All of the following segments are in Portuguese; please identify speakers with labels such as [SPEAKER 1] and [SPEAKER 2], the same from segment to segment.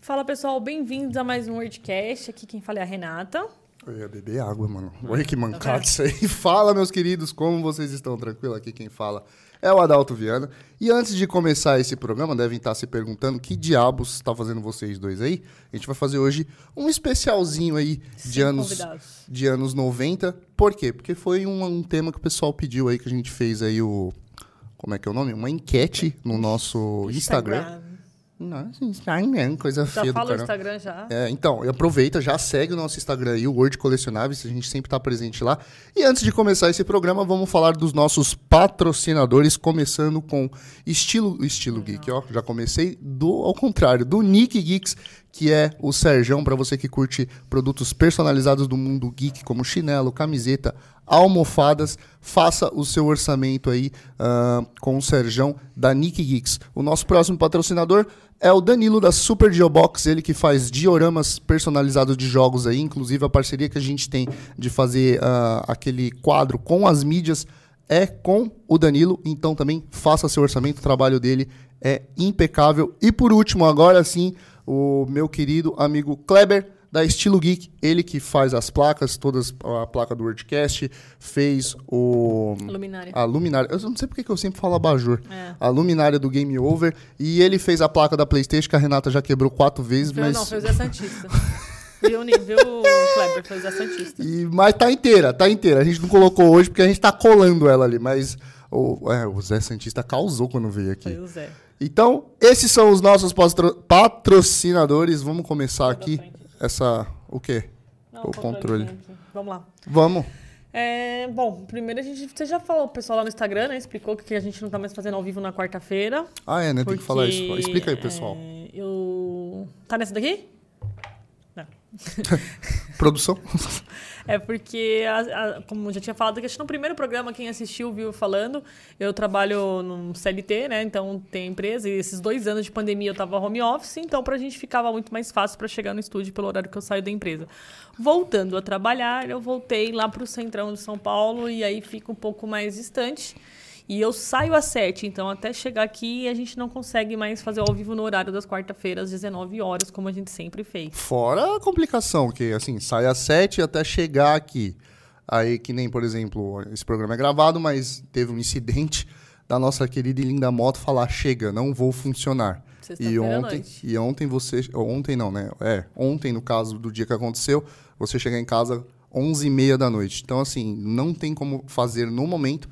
[SPEAKER 1] Fala pessoal, bem-vindos a mais um WordCast. Aqui quem fala é a Renata.
[SPEAKER 2] Eu ia beber água, mano.
[SPEAKER 1] Uhum.
[SPEAKER 2] Olha
[SPEAKER 1] Tá
[SPEAKER 2] que mancado isso aí. Fala, meus queridos, como vocês estão? Tranquilo? Aqui quem fala é o Adalto Viana. E antes de começar esse programa, devem estar se perguntando que diabos está fazendo vocês dois aí. A gente vai fazer hoje um especialzinho aí de
[SPEAKER 1] Sem
[SPEAKER 2] anos,
[SPEAKER 1] convidados.
[SPEAKER 2] de anos 90. Por quê? Porque foi um, um tema que o pessoal pediu aí, que a gente fez aí o... Como é que é o nome? Uma enquete no nosso Instagram. Nossa, Instagram, coisa
[SPEAKER 1] Já
[SPEAKER 2] feia do
[SPEAKER 1] fala o
[SPEAKER 2] caramba.
[SPEAKER 1] Instagram já.
[SPEAKER 2] É, então, e aproveita, já segue o nosso Instagram aí, o Word Colecionáveis, a gente sempre está presente lá. E antes de começar esse programa, vamos falar dos nossos patrocinadores, começando com Estilo, estilo Geek, ó. Já comecei do ao contrário, do Nick Geeks, que é o Serjão, para você que curte produtos personalizados do mundo geek, como chinelo, camiseta, almofadas, faça o seu orçamento aí ah, com o Serjão da Nick Geeks. O nosso próximo patrocinador é o Danilo da Super Geobox, ele que faz dioramas personalizados de jogos aí, inclusive a parceria que a gente tem de fazer ah, aquele quadro com as mídias é com o Danilo, então também faça seu orçamento, o trabalho dele é impecável. E por último, agora sim, o meu querido amigo Kleber da Estilo Geek, ele que faz as placas, todas a placa do WordCast, fez o
[SPEAKER 1] Luminária.
[SPEAKER 2] a luminária. Eu não sei porque que eu sempre falo abajur.
[SPEAKER 1] É.
[SPEAKER 2] A luminária do Game Over. E ele fez a placa da PlayStation, que a Renata já quebrou quatro vezes,
[SPEAKER 1] Foi-
[SPEAKER 2] mas.
[SPEAKER 1] Então, Não, foi o Zé Santista. viu, Ni- viu, Kleber? Foi o Zé Santista.
[SPEAKER 2] E, mas tá inteira, tá inteira. A gente não colocou hoje porque a gente tá colando ela ali, mas. O, é, o Zé Santista causou quando veio
[SPEAKER 1] Foi
[SPEAKER 2] aqui.
[SPEAKER 1] o Zé.
[SPEAKER 2] Então, esses são os nossos patro- patrocinadores. Vamos começar aqui essa. O quê?
[SPEAKER 1] Não,
[SPEAKER 2] o controle.
[SPEAKER 1] tem um aqui. Vamos lá.
[SPEAKER 2] Vamos.
[SPEAKER 1] É, bom, primeiro a gente. Você já falou, o pessoal lá no Instagram, né? Explicou que a gente não tá mais fazendo ao vivo na quarta-feira.
[SPEAKER 2] Ah, é, né? Tem
[SPEAKER 1] Porque,
[SPEAKER 2] que falar isso. Explica aí, pessoal.
[SPEAKER 1] é, eu. Tá nessa daqui? Não.
[SPEAKER 2] Produção?
[SPEAKER 1] É porque, a- a- como eu já tinha falado, que acho que no primeiro programa quem assistiu viu eu falando, eu trabalho num CLT, né? Então tem empresa, e esses dois anos de pandemia eu tava home office, então pra gente ficava muito mais fácil pra chegar no estúdio pelo horário que eu saio da empresa. Voltando a trabalhar, eu voltei lá pro centrão de São Paulo e aí fica um pouco mais distante. E eu saio às sete, então até chegar aqui a gente não consegue mais fazer ao vivo no horário das quarta-feiras, 19 horas, como a gente sempre fez.
[SPEAKER 2] Fora a complicação, que assim, sai às sete até chegar aqui. Aí, que nem, por exemplo, esse programa é gravado, mas teve um incidente da nossa querida e linda moto falar: chega, não vou funcionar. E
[SPEAKER 1] Sexta-feira à
[SPEAKER 2] ontem,
[SPEAKER 1] noite.
[SPEAKER 2] e ontem você. Ontem não, né? É, ontem, no caso do dia que aconteceu, você chega em casa 11h30 da noite. Então, assim, não tem como fazer no momento.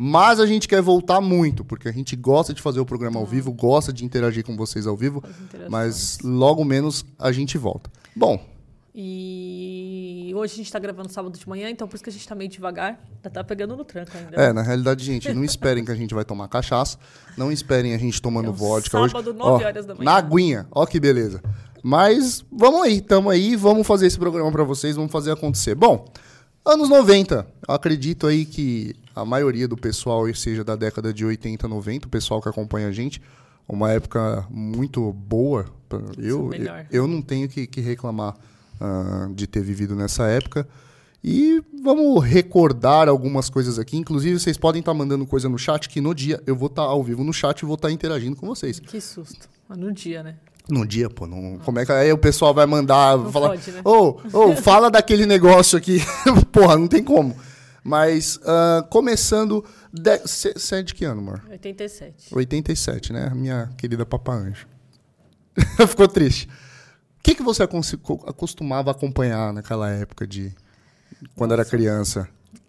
[SPEAKER 2] Mas a gente quer voltar muito, porque a gente gosta de fazer o programa ao vivo, gosta de interagir com vocês ao vivo,
[SPEAKER 1] Ah. as interações.
[SPEAKER 2] mas logo menos a gente volta. Bom,
[SPEAKER 1] E hoje a gente tá gravando sábado de manhã, então por isso que a gente tá meio devagar. Ainda tá pegando no tranco ainda.
[SPEAKER 2] é, na realidade, gente, não esperem que a gente vai tomar cachaça, não esperem a gente tomando
[SPEAKER 1] É um
[SPEAKER 2] vodka hoje.
[SPEAKER 1] sábado, nove
[SPEAKER 2] Ó,
[SPEAKER 1] horas da manhã.
[SPEAKER 2] Na aguinha, ó que beleza. Mas vamos aí, tamo aí, vamos fazer esse programa pra vocês, vamos fazer acontecer. Bom, anos 90, eu acredito aí que a maioria do pessoal, ou seja, da década de 80, 90, o pessoal que acompanha a gente, uma época muito boa. pra- Eu, eu,
[SPEAKER 1] é melhor.
[SPEAKER 2] eu não tenho que, que reclamar ah, de ter vivido nessa época. E vamos recordar algumas coisas aqui. Inclusive, vocês podem estar mandando coisa no chat, que no dia eu vou estar ao vivo no chat e vou estar interagindo com vocês.
[SPEAKER 1] Que susto. Ah, No dia, né?
[SPEAKER 2] No dia, pô, não, como é que aí o pessoal vai mandar
[SPEAKER 1] Não
[SPEAKER 2] falar,
[SPEAKER 1] pode, né?
[SPEAKER 2] ô, ô, fala daquele negócio aqui. Porra, não tem como. Mas ah, começando, você é de que ano, amor?
[SPEAKER 1] 87.
[SPEAKER 2] 87, né? Minha querida Papa Anjo. Ficou triste. O que, que você acons- co- acostumava acompanhar naquela época de quando era criança?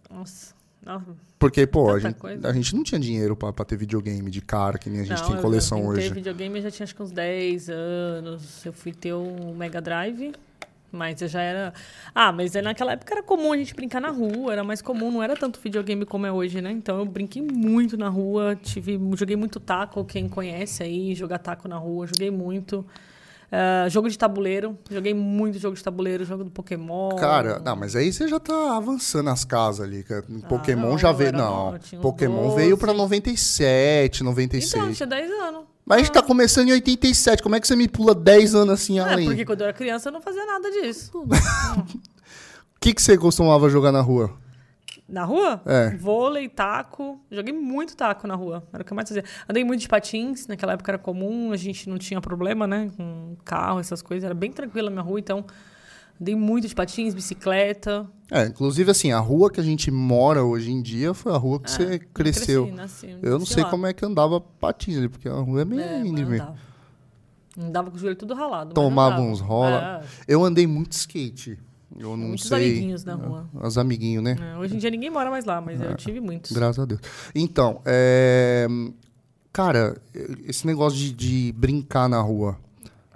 [SPEAKER 1] Nossa. Não,
[SPEAKER 2] Porque, pô, a
[SPEAKER 1] Tanta
[SPEAKER 2] gente,
[SPEAKER 1] coisa.
[SPEAKER 2] a gente não tinha dinheiro pra, pra ter videogame de cara, que nem a gente
[SPEAKER 1] não,
[SPEAKER 2] tem
[SPEAKER 1] eu-
[SPEAKER 2] coleção
[SPEAKER 1] eu,
[SPEAKER 2] hoje.
[SPEAKER 1] Eu videogame, eu já tinha acho que uns 10 anos. Eu fui ter um Mega Drive. Mas eu já era. Ah, mas é naquela época era comum a gente brincar na rua, era mais comum, não era tanto videogame como é hoje, né? Então eu brinquei muito na rua, tive, joguei muito taco, quem conhece aí, jogar taco na rua, joguei muito. Ah, jogo de tabuleiro, joguei muito jogo de tabuleiro, jogo do Pokémon.
[SPEAKER 2] Cara, não, mas aí você já tá avançando as casas ali. cara. Pokémon
[SPEAKER 1] Ah, não,
[SPEAKER 2] já
[SPEAKER 1] eu
[SPEAKER 2] veio.
[SPEAKER 1] era
[SPEAKER 2] Não,
[SPEAKER 1] nova, tinha uns
[SPEAKER 2] Pokémon
[SPEAKER 1] 12.
[SPEAKER 2] veio pra 97,
[SPEAKER 1] então, eu
[SPEAKER 2] 96.
[SPEAKER 1] tinha 10 anos.
[SPEAKER 2] mas a gente tá começando em 87. Como é que você me pula 10 anos assim
[SPEAKER 1] É,
[SPEAKER 2] além? O
[SPEAKER 1] porque quando eu era criança eu não fazia nada disso.
[SPEAKER 2] que, que você costumava jogar na rua?
[SPEAKER 1] Na rua?
[SPEAKER 2] É.
[SPEAKER 1] Vôlei, taco. Joguei muito taco na rua. Era o que eu mais fazia. Andei muito de patins, naquela época era comum, a gente não tinha problema, né? Com carro, essas coisas. Era bem tranquila a minha rua, então. Andei muito de patins, bicicleta.
[SPEAKER 2] É, inclusive assim, a rua que a gente mora hoje em dia foi a rua que você cresceu.
[SPEAKER 1] Ah, Cresci, nasci,
[SPEAKER 2] Eu não sei
[SPEAKER 1] lá.
[SPEAKER 2] como é que andava patins ali, porque a rua é meio
[SPEAKER 1] É, mas
[SPEAKER 2] íngreme.
[SPEAKER 1] andava. Andava com o joelho tudo ralado. mas
[SPEAKER 2] Tomava
[SPEAKER 1] andava.
[SPEAKER 2] uns rola.
[SPEAKER 1] É.
[SPEAKER 2] Eu andei muito skate. Eu não
[SPEAKER 1] Muitos
[SPEAKER 2] sei. É.
[SPEAKER 1] amiguinhos na rua.
[SPEAKER 2] As amiguinhos, né?
[SPEAKER 1] É, hoje em dia ninguém mora mais lá, mas
[SPEAKER 2] É.
[SPEAKER 1] eu tive muitos.
[SPEAKER 2] Graças a Deus. Então, é... cara, esse negócio de, de brincar na rua.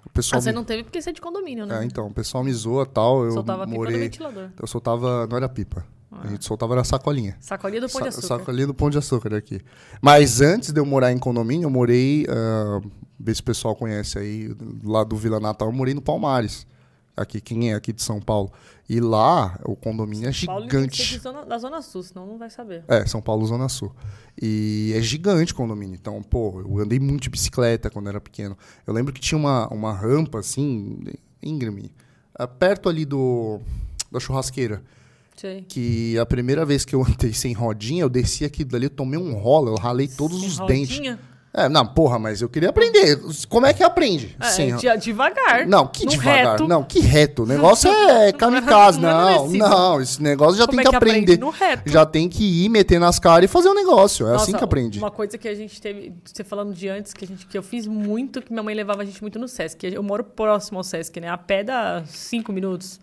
[SPEAKER 2] O pessoal
[SPEAKER 1] Ah, você
[SPEAKER 2] me-
[SPEAKER 1] não teve porque você é de condomínio,
[SPEAKER 2] É,
[SPEAKER 1] né?
[SPEAKER 2] então, o pessoal me zoa tal. Eu
[SPEAKER 1] Soltava a pipa no Ah.
[SPEAKER 2] morei.
[SPEAKER 1] ventilador.
[SPEAKER 2] Eu soltava. Não era pipa. A gente soltava era sacolinha.
[SPEAKER 1] Sacolinha do pão de
[SPEAKER 2] Sa-
[SPEAKER 1] açúcar.
[SPEAKER 2] Sacolinha do Pão de Açúcar aqui. Mas antes de eu morar em condomínio, eu morei. ah, vê se o pessoal conhece aí, lá do Vila Natal, eu morei no Palmares. Aqui, quem é aqui de São Paulo? E lá, o condomínio é
[SPEAKER 1] Paulo tem que ser
[SPEAKER 2] gigante.
[SPEAKER 1] de zona- da Zona Sul, senão não vai saber.
[SPEAKER 2] É, São Paulo, Zona Sul. E é gigante o condomínio. Então, pô, eu andei muito de bicicleta quando era pequeno. Eu lembro que tinha uma, uma rampa, assim, íngreme, ah, perto ali do da churrasqueira.
[SPEAKER 1] Sei.
[SPEAKER 2] Que a primeira vez que eu andei sem rodinha, eu desci aqui dali, eu tomei um rola, eu ralei todos
[SPEAKER 1] Sem
[SPEAKER 2] os dentes.
[SPEAKER 1] rodinha?
[SPEAKER 2] É, não, porra, mas eu queria aprender. Como é que aprende?
[SPEAKER 1] É,
[SPEAKER 2] sem
[SPEAKER 1] de- devagar.
[SPEAKER 2] Não, que
[SPEAKER 1] num
[SPEAKER 2] devagar.
[SPEAKER 1] reto.
[SPEAKER 2] Não, que reto. O negócio é kamikaze.
[SPEAKER 1] Não é
[SPEAKER 2] Não,
[SPEAKER 1] merecido.
[SPEAKER 2] não, esse negócio já
[SPEAKER 1] Como
[SPEAKER 2] tem
[SPEAKER 1] é
[SPEAKER 2] que
[SPEAKER 1] que
[SPEAKER 2] aprender.
[SPEAKER 1] aprende? No reto.
[SPEAKER 2] Já tem que ir, meter nas caras e fazer um negócio. É assim
[SPEAKER 1] Nossa,
[SPEAKER 2] que aprende.
[SPEAKER 1] Uma coisa que a gente teve, você falando de antes, que, a gente, que eu fiz muito, que minha mãe levava a gente muito no Sesc. Eu moro próximo ao Sesc, né? A pé dá cinco minutos,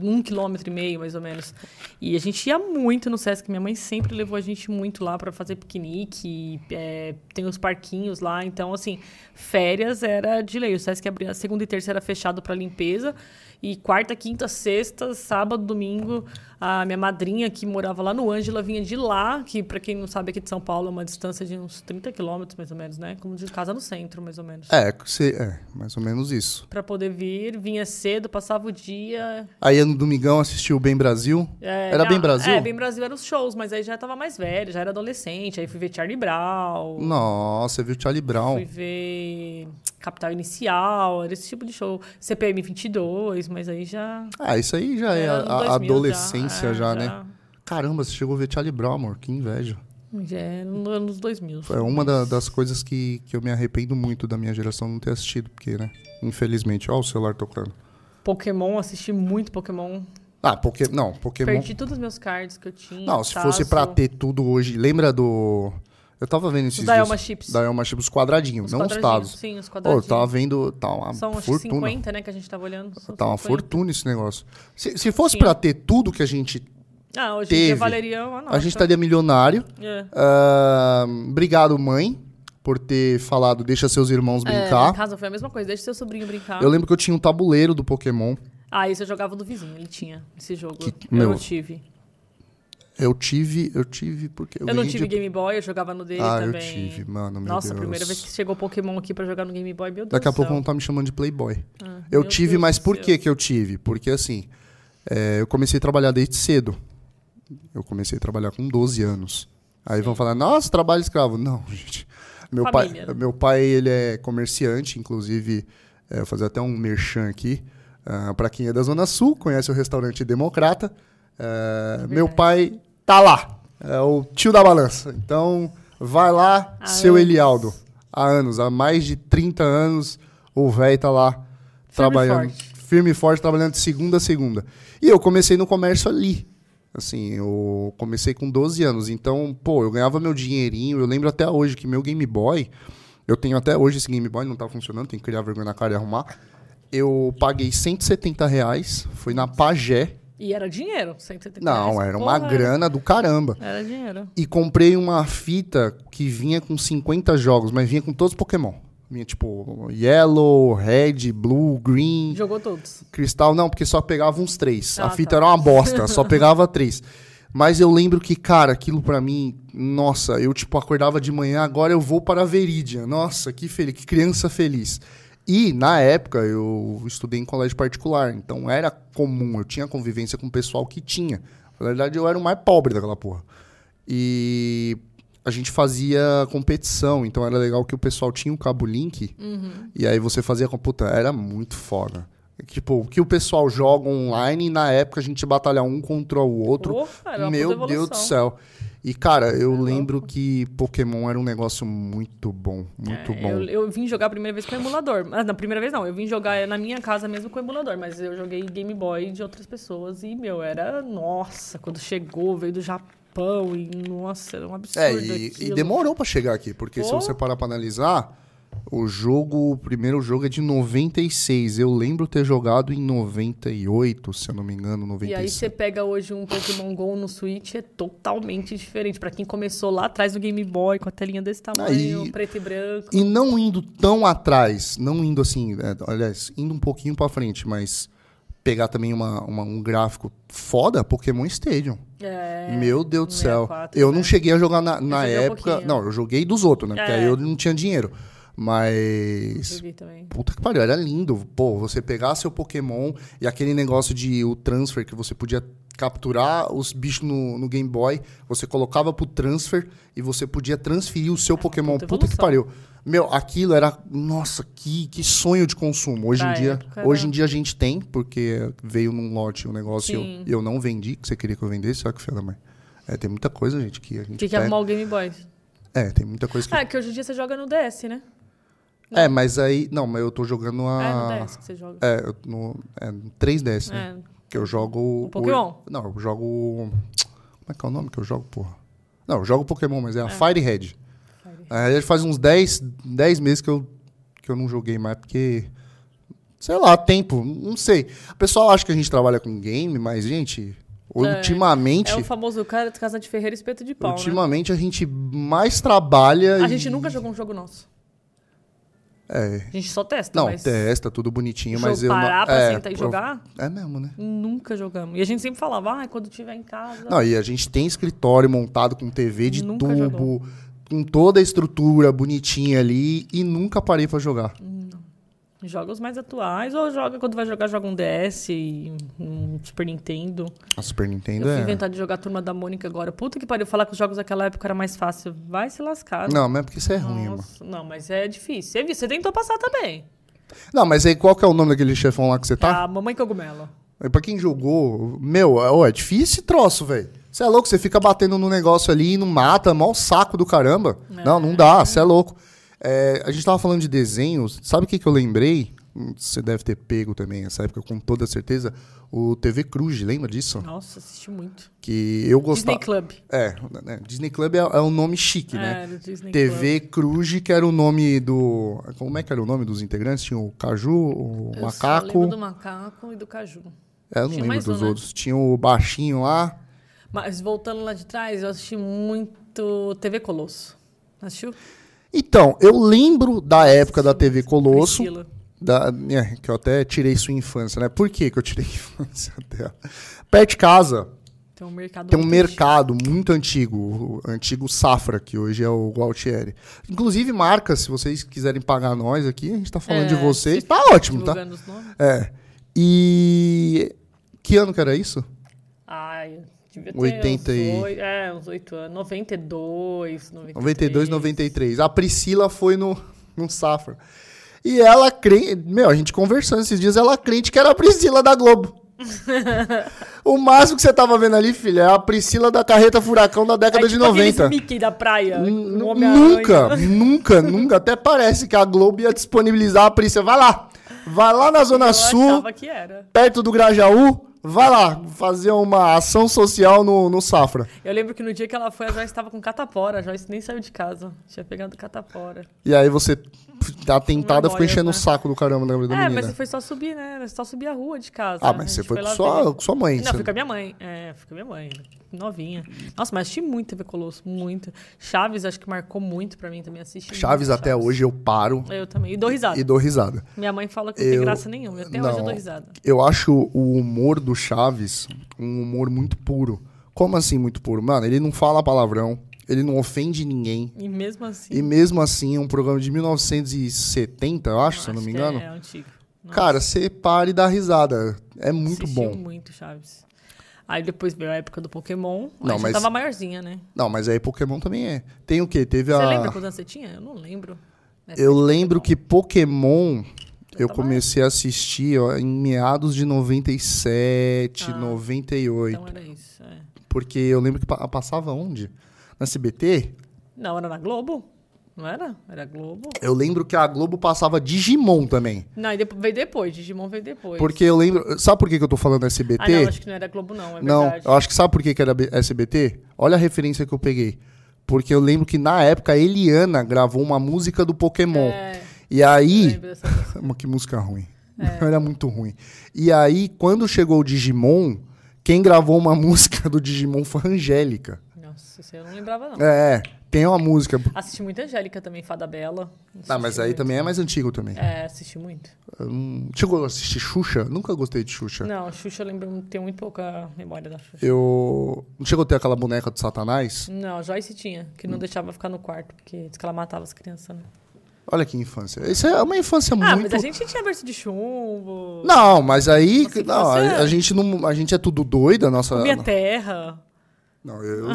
[SPEAKER 1] um quilômetro e meio, mais ou menos. E a gente ia muito no Sesc. Minha mãe sempre levou a gente muito lá pra fazer piquenique, é, tem os parquinhos lá. Então, assim, férias era de lei. O Sesc abria segunda e terça era fechado pra limpeza. E quarta, quinta, sexta, sábado, domingo, a minha madrinha que morava lá no Ângela vinha de lá, que pra quem não sabe aqui de São Paulo é uma distância de uns 30 quilômetros mais ou menos, né? Como de casa no centro, mais ou menos. Pra
[SPEAKER 2] É, você- é, mais ou menos isso.
[SPEAKER 1] poder vir, vinha cedo, passava o dia.
[SPEAKER 2] Aí no domingão assistiu o Bem Brasil.
[SPEAKER 1] é,
[SPEAKER 2] Era
[SPEAKER 1] na-
[SPEAKER 2] Bem Brasil?
[SPEAKER 1] É, Bem Brasil era os shows, mas aí já tava mais velho, já era adolescente. Aí fui ver Charlie Brown.
[SPEAKER 2] Nossa, você viu o Charlie Brown.
[SPEAKER 1] Fui ver Capital Inicial, era esse tipo de show. CPM 22, mas aí já.
[SPEAKER 2] Ah, isso aí já é
[SPEAKER 1] Era
[SPEAKER 2] a,
[SPEAKER 1] no
[SPEAKER 2] a
[SPEAKER 1] 2000 já,
[SPEAKER 2] adolescência
[SPEAKER 1] é, já.
[SPEAKER 2] já, né? Caramba, você chegou a ver Charlie Brown, amor. Que inveja.
[SPEAKER 1] Já era nos anos 2000.
[SPEAKER 2] É uma da- das coisas que, que eu me arrependo muito da minha geração não ter assistido, porque, né? Infelizmente. Ó o celular tocando.
[SPEAKER 1] Pokémon, assisti muito Pokémon.
[SPEAKER 2] Ah, porque, não, Pokémon...
[SPEAKER 1] Perdi um todos os meus cards que eu tinha.
[SPEAKER 2] Não, se fosse
[SPEAKER 1] Tazo.
[SPEAKER 2] pra ter tudo hoje... Lembra do... Eu tava vendo esses
[SPEAKER 1] da
[SPEAKER 2] dias.
[SPEAKER 1] Elma é Chips.
[SPEAKER 2] Da Elma Chips, os quadradinhos,
[SPEAKER 1] Os
[SPEAKER 2] não os
[SPEAKER 1] quadradinhos,
[SPEAKER 2] tazos.
[SPEAKER 1] Sim, os
[SPEAKER 2] Pô, eu
[SPEAKER 1] quadradinhos.
[SPEAKER 2] tava vendo... Tá uma
[SPEAKER 1] São acho que
[SPEAKER 2] fortuna.
[SPEAKER 1] 50, né, que a gente tava olhando. São
[SPEAKER 2] Tá uma
[SPEAKER 1] 50.
[SPEAKER 2] fortuna esse negócio. Se, se fosse pra ter tudo que a gente...
[SPEAKER 1] Ah, hoje em
[SPEAKER 2] Teve.
[SPEAKER 1] dia valeria uma nota.
[SPEAKER 2] A gente tá estaria milionário.
[SPEAKER 1] É.
[SPEAKER 2] Ah, obrigado, mãe, por ter falado deixa seus irmãos
[SPEAKER 1] É,
[SPEAKER 2] brincar.
[SPEAKER 1] em casa foi a mesma coisa, deixa seu sobrinho brincar.
[SPEAKER 2] Eu lembro que eu tinha um tabuleiro do Pokémon.
[SPEAKER 1] Ah, isso eu jogava do vizinho, ele tinha esse jogo.
[SPEAKER 2] Que-
[SPEAKER 1] eu
[SPEAKER 2] meu.
[SPEAKER 1] não tive.
[SPEAKER 2] Eu tive, eu tive porque
[SPEAKER 1] Eu, não
[SPEAKER 2] ganhei
[SPEAKER 1] tive
[SPEAKER 2] de-
[SPEAKER 1] Game Boy, eu jogava no dele
[SPEAKER 2] Ah, eu
[SPEAKER 1] também.
[SPEAKER 2] tive, mano, meu
[SPEAKER 1] Nossa,
[SPEAKER 2] Deus.
[SPEAKER 1] a primeira vez que chegou Pokémon aqui pra jogar no Game Boy, meu Deus
[SPEAKER 2] Daqui a
[SPEAKER 1] do
[SPEAKER 2] pouco
[SPEAKER 1] céu.
[SPEAKER 2] vão estar me chamando de Playboy.
[SPEAKER 1] Ah,
[SPEAKER 2] Eu
[SPEAKER 1] meu
[SPEAKER 2] tive,
[SPEAKER 1] Deus
[SPEAKER 2] mas
[SPEAKER 1] do
[SPEAKER 2] por
[SPEAKER 1] céu.
[SPEAKER 2] que que eu tive? Porque assim, é, eu comecei a trabalhar desde cedo. Eu comecei a trabalhar com 12 anos. Aí vão falar, nossa, trabalho escravo. Não, gente. Meu
[SPEAKER 1] Família,
[SPEAKER 2] pai,
[SPEAKER 1] né?
[SPEAKER 2] meu pai, ele é comerciante, inclusive, é, vou fazer até um merchan aqui. ah, pra quem é da Zona Sul, conhece o restaurante Democrata.
[SPEAKER 1] É
[SPEAKER 2] Ah, meu pai tá lá. É o tio da balança. Então, vai lá,
[SPEAKER 1] Há
[SPEAKER 2] seu
[SPEAKER 1] anos.
[SPEAKER 2] Elialdo. Há anos, há mais de 30 anos, o velho tá lá trabalhando
[SPEAKER 1] forte.
[SPEAKER 2] firme e forte, trabalhando de segunda a segunda. E eu comecei no comércio ali. Assim, eu comecei com 12 anos. Então, pô, eu ganhava meu dinheirinho. Eu lembro até hoje que meu Game Boy, eu tenho até hoje esse Game Boy, não tá funcionando, tem que criar vergonha na cara e arrumar. Eu paguei 170 reais, foi na Pagé.
[SPEAKER 1] E era dinheiro, 170
[SPEAKER 2] Não,
[SPEAKER 1] reais,
[SPEAKER 2] era
[SPEAKER 1] porra,
[SPEAKER 2] uma grana do caramba.
[SPEAKER 1] Era dinheiro.
[SPEAKER 2] E comprei uma fita que vinha com 50 jogos, mas vinha com todos os Pokémon. Vinha tipo Yellow, Red, Blue, Green.
[SPEAKER 1] Jogou todos.
[SPEAKER 2] Cristal não, porque só pegava uns três. a
[SPEAKER 1] Ah,
[SPEAKER 2] fita
[SPEAKER 1] tá.
[SPEAKER 2] era uma bosta, só pegava três. Mas eu lembro que, cara, aquilo pra mim, nossa, eu tipo acordava de manhã, agora eu vou para a Verídia. Nossa, que feliz, que criança feliz. E na época eu estudei em colégio particular, então era comum, eu tinha convivência com o pessoal que tinha. Na verdade, eu era o mais pobre daquela porra. E a gente fazia competição, então
[SPEAKER 1] Uhum.
[SPEAKER 2] era legal que o pessoal tinha o cabo link. E aí você fazia com. Puta, era muito foda. Tipo, o que o pessoal joga online e na época a gente batalha um contra o outro.
[SPEAKER 1] Porra, era uma
[SPEAKER 2] Meu
[SPEAKER 1] puta
[SPEAKER 2] Deus do
[SPEAKER 1] evolução.
[SPEAKER 2] céu. E, cara, eu
[SPEAKER 1] louco.
[SPEAKER 2] lembro que Pokémon era um negócio muito bom. Muito
[SPEAKER 1] É,
[SPEAKER 2] bom.
[SPEAKER 1] Eu, eu vim jogar a primeira vez com emulador. Ah, na primeira vez não, eu vim jogar na minha casa mesmo com emulador, mas eu joguei Game Boy de outras pessoas e, meu, era. Nossa, quando chegou, veio do Japão e, nossa, era um absurdo.
[SPEAKER 2] É, e, e
[SPEAKER 1] aquilo.
[SPEAKER 2] demorou pra chegar aqui, porque se
[SPEAKER 1] Pô.
[SPEAKER 2] você parar pra analisar, o jogo, o primeiro jogo é de 96. Eu lembro ter jogado em 98, se eu não me engano,
[SPEAKER 1] E aí
[SPEAKER 2] 96.
[SPEAKER 1] você pega hoje um Pokémon GO no Switch, é totalmente diferente. Pra quem começou lá atrás do Game Boy, com a telinha desse tamanho,
[SPEAKER 2] Aí-
[SPEAKER 1] preto e branco.
[SPEAKER 2] E não indo tão atrás, não indo assim, é, aliás, indo um pouquinho pra frente, mas pegar também uma, uma- um gráfico foda, Pokémon Stadium.
[SPEAKER 1] É,
[SPEAKER 2] Meu Deus do céu.
[SPEAKER 1] 64,
[SPEAKER 2] Eu
[SPEAKER 1] né?
[SPEAKER 2] não cheguei a jogar na, na
[SPEAKER 1] joguei um
[SPEAKER 2] época.
[SPEAKER 1] pouquinho.
[SPEAKER 2] não, eu joguei dos outros, né? Porque
[SPEAKER 1] É.
[SPEAKER 2] aí eu não tinha dinheiro. Mas.
[SPEAKER 1] eu vi também.
[SPEAKER 2] Puta que pariu, era lindo. Pô, você pegar seu Pokémon e aquele negócio de o transfer que você podia capturar os bichos no, no Game Boy, você colocava pro transfer e você podia transferir o seu Pokémon.
[SPEAKER 1] puta
[SPEAKER 2] Puta que
[SPEAKER 1] evolução.
[SPEAKER 2] pariu. Meu, aquilo era. Nossa, que, que sonho de consumo. Hoje em
[SPEAKER 1] Pra
[SPEAKER 2] dia.
[SPEAKER 1] época,
[SPEAKER 2] Hoje
[SPEAKER 1] né?
[SPEAKER 2] em dia a gente tem, porque veio num lote o negócio e
[SPEAKER 1] Sim.
[SPEAKER 2] eu, eu não vendi, que você queria que eu vendesse, olha que filha da mãe. É, tem muita coisa, gente, que a
[SPEAKER 1] Tinha
[SPEAKER 2] gente.
[SPEAKER 1] que
[SPEAKER 2] pega.
[SPEAKER 1] arrumar o Game Boy.
[SPEAKER 2] É, tem muita coisa que.
[SPEAKER 1] Ah, que hoje em dia você joga no DS, né?
[SPEAKER 2] É, mas aí. Não, mas eu tô jogando
[SPEAKER 1] Ah, é
[SPEAKER 2] a.
[SPEAKER 1] no DS que você joga.
[SPEAKER 2] É, eu- no, é, no 3DS, né?
[SPEAKER 1] É.
[SPEAKER 2] Que eu jogo. O
[SPEAKER 1] Pokémon?
[SPEAKER 2] o- não, eu jogo. o- Como é que é o nome que eu jogo, porra? Não, eu jogo Pokémon, mas é a Firehead.
[SPEAKER 1] Firehead.
[SPEAKER 2] Na realidade, faz uns 10, 10 meses que eu, que eu não joguei mais, porque. Sei lá, tempo, não sei. O pessoal acha que a gente trabalha com game, mas, gente, ultimamente.
[SPEAKER 1] É o famoso cara de casa de Ferreira e espeto de pau, né?
[SPEAKER 2] ultimamente a gente mais trabalha.
[SPEAKER 1] A
[SPEAKER 2] e-
[SPEAKER 1] gente nunca jogou um jogo nosso.
[SPEAKER 2] É.
[SPEAKER 1] A gente só testa,
[SPEAKER 2] Não,
[SPEAKER 1] mas...
[SPEAKER 2] testa, tudo bonitinho,
[SPEAKER 1] jogo-
[SPEAKER 2] mas eu. não-
[SPEAKER 1] parar pra
[SPEAKER 2] é,
[SPEAKER 1] sentar e
[SPEAKER 2] eu-
[SPEAKER 1] jogar,
[SPEAKER 2] É mesmo, né?
[SPEAKER 1] nunca jogamos. E a gente sempre falava, ah, quando tiver em casa...
[SPEAKER 2] Não, e a gente tem escritório montado com TV de
[SPEAKER 1] Nunca
[SPEAKER 2] tubo,
[SPEAKER 1] jogou.
[SPEAKER 2] com toda a estrutura bonitinha ali e nunca parei pra jogar.
[SPEAKER 1] Joga os mais atuais, ou joga quando vai jogar, joga um DS, e um Super Nintendo.
[SPEAKER 2] A Super Nintendo
[SPEAKER 1] Eu fui
[SPEAKER 2] é.
[SPEAKER 1] inventar de jogar a Turma da Mônica agora. Puta que pariu, falar que os jogos daquela época era mais fácil. Vai se lascar. né?
[SPEAKER 2] Não, mas é porque isso é ruim, mano.
[SPEAKER 1] Nossa, não, mas é difícil. Você viu, você tentou passar também.
[SPEAKER 2] Não, mas aí qual que é o nome daquele chefão lá que você tá?
[SPEAKER 1] A Mamãe Cogumelo.
[SPEAKER 2] É Pra quem jogou, meu, é, ó, é difícil esse troço, velho. Você é louco, você fica batendo no negócio ali e não mata, mó saco do caramba. Não, não dá, você é louco. É, a gente tava falando de desenhos, sabe o que, que eu lembrei? Hum, Você deve ter pego também essa época, com toda certeza. O TV Cruz, lembra disso?
[SPEAKER 1] Nossa, assisti muito.
[SPEAKER 2] Que eu
[SPEAKER 1] Disney
[SPEAKER 2] gostava.
[SPEAKER 1] Club.
[SPEAKER 2] É, né, Disney Club é, é um nome chique,
[SPEAKER 1] É,
[SPEAKER 2] né?
[SPEAKER 1] do Disney Club.
[SPEAKER 2] TV Cruz, que era o nome do. Como é que era o nome dos integrantes? Tinha o Caju, o
[SPEAKER 1] Eu só
[SPEAKER 2] Macaco.
[SPEAKER 1] lembro do macaco e do caju.
[SPEAKER 2] É, eu não
[SPEAKER 1] Tinha
[SPEAKER 2] lembro
[SPEAKER 1] mais
[SPEAKER 2] dos
[SPEAKER 1] um, né?
[SPEAKER 2] outros. Tinha o Baixinho lá.
[SPEAKER 1] Mas voltando lá de trás, eu assisti muito TV Colosso. Assistiu?
[SPEAKER 2] Então, eu lembro da época da TV Colosso.
[SPEAKER 1] Priscila.
[SPEAKER 2] Da, é, que eu até tirei sua infância, né? Por que, que eu tirei a infância dela? Perto de casa
[SPEAKER 1] Tem um mercado.
[SPEAKER 2] tem um
[SPEAKER 1] muito antigo.
[SPEAKER 2] mercado muito antigo, o antigo Safra, que hoje é o Gualtieri. Inclusive, marcas, se vocês quiserem pagar nós aqui, a gente tá falando
[SPEAKER 1] É,
[SPEAKER 2] de vocês.
[SPEAKER 1] se-
[SPEAKER 2] Tá ótimo, tá?
[SPEAKER 1] divulgando os nomes.
[SPEAKER 2] É. E. Que ano que era isso?
[SPEAKER 1] Ai, eu devia ter
[SPEAKER 2] 80 e-
[SPEAKER 1] uns oito, é, uns 8 anos. 92, 93.
[SPEAKER 2] 92, 93. A Priscila foi no, no Safra. E ela crente. Meu, a gente conversando esses dias, ela crente que era a Priscila da Globo. o máximo que você tava vendo ali, filha, é a Priscila da Carreta Furacão da década
[SPEAKER 1] É
[SPEAKER 2] de
[SPEAKER 1] tipo aqueles
[SPEAKER 2] 90.
[SPEAKER 1] Mickey da praia.
[SPEAKER 2] N-
[SPEAKER 1] o Homem-Aranha.
[SPEAKER 2] Nunca, nunca, nunca. Até parece que a Globo ia disponibilizar a Priscila. Vai lá. Vai lá na Zona
[SPEAKER 1] Eu
[SPEAKER 2] Sul,
[SPEAKER 1] achava que era.
[SPEAKER 2] perto do Grajaú. Vai lá fazer uma ação social no, no Safra.
[SPEAKER 1] Eu lembro que no dia que ela foi, a Joyce estava com catapora. A Joyce nem saiu de casa. Tinha pegado catapora.
[SPEAKER 2] E aí você, a tentada, ficou
[SPEAKER 1] Memórias,
[SPEAKER 2] enchendo
[SPEAKER 1] né?
[SPEAKER 2] o saco do caramba da, da
[SPEAKER 1] é,
[SPEAKER 2] menina.
[SPEAKER 1] mas você foi só subir, né? Era só subir a rua de casa.
[SPEAKER 2] Ah,
[SPEAKER 1] A
[SPEAKER 2] mas
[SPEAKER 1] gente
[SPEAKER 2] você foi com
[SPEAKER 1] lá ver.
[SPEAKER 2] sua, com sua mãe.
[SPEAKER 1] Não,
[SPEAKER 2] você-
[SPEAKER 1] fui com a minha mãe. É, fui com a minha mãe. Novinha. Nossa, mas assisti muito TV Colosso. Muito. Chaves, acho que marcou muito pra mim também. Assisti
[SPEAKER 2] Chaves
[SPEAKER 1] muito
[SPEAKER 2] até hoje eu paro
[SPEAKER 1] Eu também. E dou risada.
[SPEAKER 2] e dou risada.
[SPEAKER 1] Minha mãe fala que não tem
[SPEAKER 2] Eu-
[SPEAKER 1] graça nenhuma. e Até hoje eu dou risada.
[SPEAKER 2] Eu acho o humor do Chaves um humor muito puro. Como assim muito puro? Mano, ele não fala palavrão, ele não ofende ninguém.
[SPEAKER 1] E mesmo assim.
[SPEAKER 2] E mesmo assim, é um programa de 1970, eu acho, se eu não
[SPEAKER 1] acho
[SPEAKER 2] me
[SPEAKER 1] que
[SPEAKER 2] engano.
[SPEAKER 1] É, é antigo. Nossa. um.
[SPEAKER 2] Cara, você para e dá risada. É muito
[SPEAKER 1] Assistiu
[SPEAKER 2] bom.
[SPEAKER 1] muito Chaves. Aí depois veio a época do Pokémon.
[SPEAKER 2] Não,
[SPEAKER 1] Não, mas...
[SPEAKER 2] mas-
[SPEAKER 1] já tava maiorzinha, né?
[SPEAKER 2] Não, mas aí Pokémon também é. Tem o quê? Teve
[SPEAKER 1] Você
[SPEAKER 2] a.
[SPEAKER 1] É, lembra quantos anos você tinha? Eu não lembro.
[SPEAKER 2] Eu lembro que Pokémon. Eu comecei a assistir ó, em meados de 97,
[SPEAKER 1] Ah.
[SPEAKER 2] 98.
[SPEAKER 1] Então era isso. é.
[SPEAKER 2] Porque eu lembro que pa- passava onde? Na CBT?
[SPEAKER 1] Não, era na Globo? Não era? Era Globo?
[SPEAKER 2] Eu lembro que a Globo passava Digimon também.
[SPEAKER 1] Não, e depo- veio depois, Digimon veio depois.
[SPEAKER 2] Porque eu lembro. Sabe por que, que eu tô falando SBT?
[SPEAKER 1] Ah, não, acho que não era Globo, não, é
[SPEAKER 2] Não, ah,
[SPEAKER 1] verdade.
[SPEAKER 2] eu acho que sabe por que, que era B- SBT? Olha a referência que eu peguei. Porque eu lembro que na época a Eliana gravou uma música do Pokémon.
[SPEAKER 1] É,
[SPEAKER 2] E aí.
[SPEAKER 1] lembro dessa música. É.
[SPEAKER 2] Mas Que música ruim. Era muito ruim. E aí, quando chegou o Digimon, quem gravou uma música do Digimon foi a Angélica.
[SPEAKER 1] Nossa, isso aí eu não lembrava, não.
[SPEAKER 2] É, é, tem uma música.
[SPEAKER 1] Assisti muito Angélica também, Fada Bela.
[SPEAKER 2] Ah, mas aí também é mais antigo também.
[SPEAKER 1] É, assisti muito.
[SPEAKER 2] Hum, Chegou a assistir Xuxa? Nunca gostei de Xuxa.
[SPEAKER 1] Não, Xuxa eu lembro, tenho muito pouca memória da Xuxa.
[SPEAKER 2] Tá. Eu. Não chegou a ter aquela boneca do Satanás?
[SPEAKER 1] Não, Joyce tinha, que
[SPEAKER 2] Hum.
[SPEAKER 1] não deixava ficar no quarto, porque diz que ela matava as crianças, né?
[SPEAKER 2] Olha que infância. Isso é uma infância
[SPEAKER 1] Ah,
[SPEAKER 2] muito.
[SPEAKER 1] mas a gente tinha berço de chumbo,
[SPEAKER 2] Não, mas aí.
[SPEAKER 1] Nossa
[SPEAKER 2] não, a,
[SPEAKER 1] infância-
[SPEAKER 2] a gente não, a gente é tudo doido, a nossa.
[SPEAKER 1] comia terra.
[SPEAKER 2] Não, eu,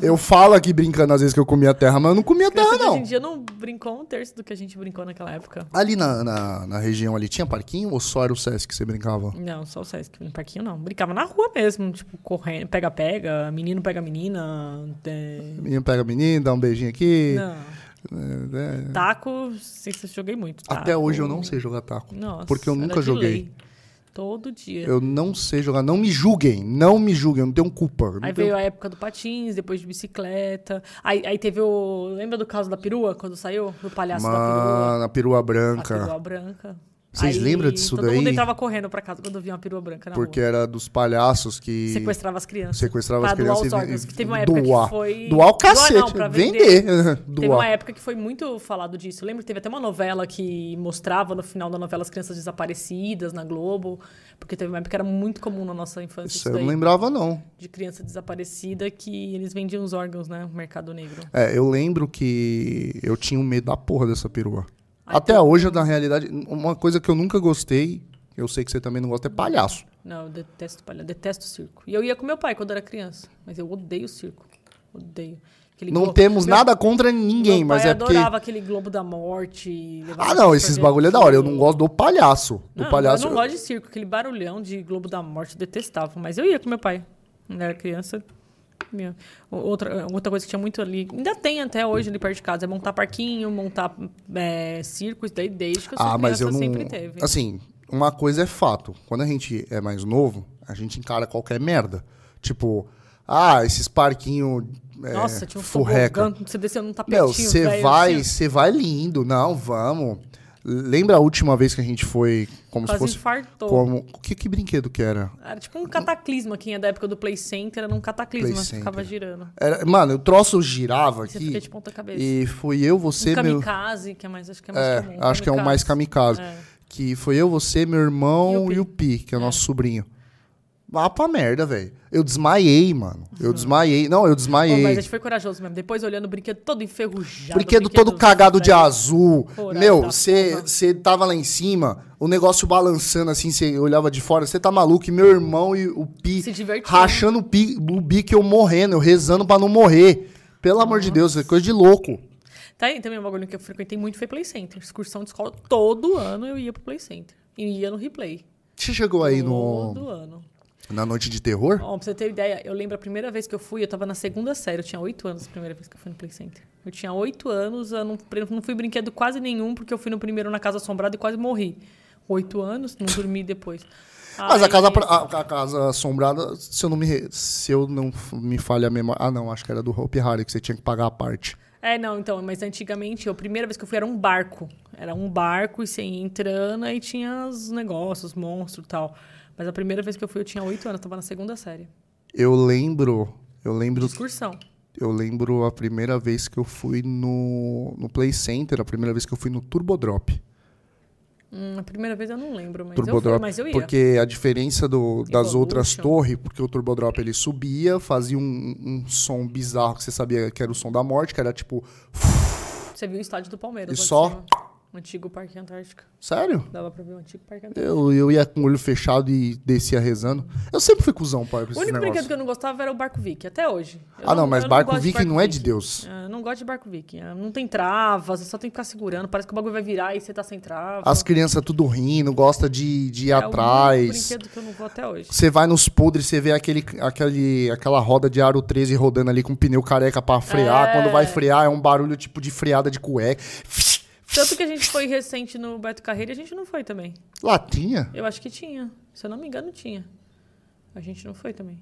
[SPEAKER 2] eu falo aqui brincando às vezes que eu comia terra, mas eu não comia terra,
[SPEAKER 1] Crianças de
[SPEAKER 2] não.
[SPEAKER 1] hoje em dia não brincou um terço do que a gente brincou naquela época.
[SPEAKER 2] Ali na, na, na região ali tinha parquinho ou só era o Sesc que você brincava?
[SPEAKER 1] Não, só o Sesc, no parquinho não. Brincava na rua mesmo, tipo, correndo, pega-pega, menino pega menina. tem-
[SPEAKER 2] Menino pega menino, dá um beijinho aqui.
[SPEAKER 1] Não.
[SPEAKER 2] É, é.
[SPEAKER 1] Taco, sei se eu joguei muito.
[SPEAKER 2] Até
[SPEAKER 1] taco.
[SPEAKER 2] hoje eu não sei jogar taco.
[SPEAKER 1] Nossa,
[SPEAKER 2] porque eu
[SPEAKER 1] era
[SPEAKER 2] nunca
[SPEAKER 1] de
[SPEAKER 2] joguei.
[SPEAKER 1] lei. Todo dia.
[SPEAKER 2] Eu não sei jogar. Não me julguem. Não me julguem. Eu não tenho culpa. eu não
[SPEAKER 1] Aí
[SPEAKER 2] tenho-
[SPEAKER 1] veio a época do patins, depois de bicicleta. Aí, aí teve o. Lembra do caso da perua, quando saiu? Do palhaço da
[SPEAKER 2] Mano, a perua
[SPEAKER 1] perua. A perua
[SPEAKER 2] branca.
[SPEAKER 1] branca.
[SPEAKER 2] Vocês
[SPEAKER 1] Aí
[SPEAKER 2] lembram disso
[SPEAKER 1] Todo mundo
[SPEAKER 2] daí?
[SPEAKER 1] entrava correndo pra casa quando via uma perua branca na
[SPEAKER 2] Porque
[SPEAKER 1] rua.
[SPEAKER 2] era dos palhaços que.
[SPEAKER 1] Sequestrava as crianças.
[SPEAKER 2] Sequestrava
[SPEAKER 1] pra
[SPEAKER 2] as crianças
[SPEAKER 1] doar os
[SPEAKER 2] e-
[SPEAKER 1] órgãos.
[SPEAKER 2] e-
[SPEAKER 1] Que teve uma época
[SPEAKER 2] doar.
[SPEAKER 1] que foi...
[SPEAKER 2] Doar o cacete.
[SPEAKER 1] Doar não, pra
[SPEAKER 2] vender.
[SPEAKER 1] Teve
[SPEAKER 2] doar.
[SPEAKER 1] uma época que foi muito falado disso. Eu lembro que teve até uma novela que mostrava no final da novela as crianças desaparecidas na Globo. Porque teve uma época que era muito comum na nossa infância isso,
[SPEAKER 2] Isso eu
[SPEAKER 1] daí.
[SPEAKER 2] não lembrava, não.
[SPEAKER 1] De criança desaparecida que eles vendiam os órgãos, né? No mercado negro.
[SPEAKER 2] É, eu lembro que eu tinha um medo da porra dessa perua.
[SPEAKER 1] Ah,
[SPEAKER 2] Até hoje, na realidade, uma coisa que eu nunca gostei, eu sei que você também não gosta, é palhaço.
[SPEAKER 1] Não, eu detesto palhaço, detesto circo. E eu ia com meu pai quando era criança, mas eu odeio circo. Odeio. Aquele
[SPEAKER 2] não
[SPEAKER 1] globo-
[SPEAKER 2] temos
[SPEAKER 1] meu-
[SPEAKER 2] nada contra ninguém,
[SPEAKER 1] meu
[SPEAKER 2] mas
[SPEAKER 1] pai
[SPEAKER 2] é porque.
[SPEAKER 1] adorava aquele globo da morte. levava
[SPEAKER 2] Ah,
[SPEAKER 1] a gente
[SPEAKER 2] não,
[SPEAKER 1] pra
[SPEAKER 2] esses
[SPEAKER 1] ver
[SPEAKER 2] bagulho é da hora. Eu não
[SPEAKER 1] tudo.
[SPEAKER 2] gosto do palhaço. Do
[SPEAKER 1] Não,
[SPEAKER 2] palhaço.
[SPEAKER 1] Eu não gosto de circo, aquele barulhão de Globo da Morte, eu detestava. Mas eu ia com meu pai. Quando era criança. Minha. O- Outra, outra coisa que tinha muito ali, ainda tem até hoje ali perto de casa, é montar parquinho, montar é, circo, isso daí desde que eu sou
[SPEAKER 2] Ah,
[SPEAKER 1] criança
[SPEAKER 2] mas eu não.
[SPEAKER 1] sempre teve.
[SPEAKER 2] Assim, uma coisa é fato. Quando a gente é mais novo, a gente encara qualquer merda. Tipo, ah, esses parquinhos. É,
[SPEAKER 1] Nossa, tinha um
[SPEAKER 2] furreca.
[SPEAKER 1] tobogã, você desceu num tapetinho.
[SPEAKER 2] Meu, você
[SPEAKER 1] velho,
[SPEAKER 2] vai,
[SPEAKER 1] assim,
[SPEAKER 2] você vai lindo. Não, vamos. Lembra a última vez que a gente foi como
[SPEAKER 1] quase
[SPEAKER 2] se fosse
[SPEAKER 1] infartou.
[SPEAKER 2] como que, que brinquedo que era?
[SPEAKER 1] Era tipo um cataclisma, quem é da época do Play Center, era um cataclisma,
[SPEAKER 2] Play
[SPEAKER 1] ficava
[SPEAKER 2] Center.
[SPEAKER 1] girando.
[SPEAKER 2] Era- mano, o troço girava
[SPEAKER 1] E Você fica
[SPEAKER 2] aqui
[SPEAKER 1] de ponta cabeça.
[SPEAKER 2] e foi eu, você,
[SPEAKER 1] um
[SPEAKER 2] meu,
[SPEAKER 1] kamikaze, que é mais, acho que é mais
[SPEAKER 2] é,
[SPEAKER 1] comum.
[SPEAKER 2] acho que é um mais kamikaze,
[SPEAKER 1] É.
[SPEAKER 2] que foi eu, você, meu irmão
[SPEAKER 1] E
[SPEAKER 2] e
[SPEAKER 1] o
[SPEAKER 2] o Pi, que é o nosso sobrinho. Vá pra merda, velho. Eu desmaiei, mano. Eu desmaiei. Não, eu
[SPEAKER 1] Pô, mas
[SPEAKER 2] desmaiei.
[SPEAKER 1] a gente foi corajoso mesmo. Depois olhando o brinquedo todo enferrujado.
[SPEAKER 2] Brinquedo é todo cagado de
[SPEAKER 1] velho.
[SPEAKER 2] azul.
[SPEAKER 1] Coragem da
[SPEAKER 2] Meu, você
[SPEAKER 1] porra.
[SPEAKER 2] você tava lá em cima, o negócio balançando assim, você olhava de fora, você tá maluco. E meu irmão e o Pi
[SPEAKER 1] Se divertindo.
[SPEAKER 2] rachando o, pi, o bico e eu morrendo, eu rezando pra não morrer. Pelo amor de Deus, é coisa de louco.
[SPEAKER 1] Tá aí também um bagulho que eu frequentei muito foi Play Center. Excursão de escola, todo ano eu ia pro Play Center. E ia no replay.
[SPEAKER 2] Você chegou aí no,
[SPEAKER 1] Todo ano.
[SPEAKER 2] na noite de terror?
[SPEAKER 1] Ó, pra você ter ideia, eu lembro a primeira vez que eu fui, eu tava na segunda série, eu tinha oito anos a primeira vez que eu fui no Play Center. Eu tinha oito anos, eu não, eu não fui brinquedo quase nenhum, porque eu fui no primeiro na Casa Assombrada e quase morri. Oito anos, não dormi depois.
[SPEAKER 2] Mas a
[SPEAKER 1] Aí-
[SPEAKER 2] casa, pra- a, a casa assombrada, se eu não me, re- se eu não f- me falha a memória. Ah, não, acho que era do Hope Harry, que você tinha que pagar a parte.
[SPEAKER 1] É, não, então, mas antigamente, a primeira vez que eu fui era um barco. Era um barco e você ia entrando e tinha os negócios, monstros e tal. Mas a primeira vez que eu fui eu tinha oito anos, tava na segunda série.
[SPEAKER 2] Eu lembro. Eu lembro
[SPEAKER 1] Excursão.
[SPEAKER 2] Eu lembro a primeira vez que eu fui no, no Play Center, a primeira vez que eu fui no Turbodrop.
[SPEAKER 1] Hum, a primeira vez eu não lembro, mas, eu, fui,
[SPEAKER 2] Turbodrop,
[SPEAKER 1] mas eu ia.
[SPEAKER 2] porque a diferença do- das
[SPEAKER 1] Evolution.
[SPEAKER 2] outras torres, porque o Turbodrop ele subia, fazia um, um som bizarro que você sabia que era o som da morte, que era tipo,
[SPEAKER 1] Você viu o estádio do Palmeiras.
[SPEAKER 2] E
[SPEAKER 1] lá de
[SPEAKER 2] só?
[SPEAKER 1] cima. O antigo Parque Antártico.
[SPEAKER 2] Sério?
[SPEAKER 1] Dava pra ver o antigo Parque Antártico.
[SPEAKER 2] Eu, eu ia com o olho fechado e descia rezando. Eu sempre fui cuzão, pai, pra
[SPEAKER 1] O
[SPEAKER 2] esses
[SPEAKER 1] único brinquedo
[SPEAKER 2] negócios.
[SPEAKER 1] que eu não gostava era o Barco Viking, até hoje. Eu
[SPEAKER 2] Ah, não, mas
[SPEAKER 1] eu
[SPEAKER 2] barco
[SPEAKER 1] gosto de
[SPEAKER 2] viking não é de
[SPEAKER 1] Viking.
[SPEAKER 2] Deus.
[SPEAKER 1] Ah, Eu não gosto de barco viking. Ah, Não tem travas, você só tem que ficar segurando. Parece que o bagulho vai virar e você tá sem trava.
[SPEAKER 2] As crianças tudo rindo, gosta de, de ir
[SPEAKER 1] é o único
[SPEAKER 2] atrás.
[SPEAKER 1] brinquedo que eu não vou até hoje.
[SPEAKER 2] Você vai nos podres, você vê aquele, aquele, aquela roda de aro 13 rodando ali com pneu careca pra frear.
[SPEAKER 1] É.
[SPEAKER 2] Quando vai frear, é um barulho tipo de freada de cueca.
[SPEAKER 1] Tanto que a gente foi recente no Beto Carreira e a gente não foi também.
[SPEAKER 2] Latinha?
[SPEAKER 1] Eu acho que tinha. Se eu não me engano, tinha. A gente não foi também.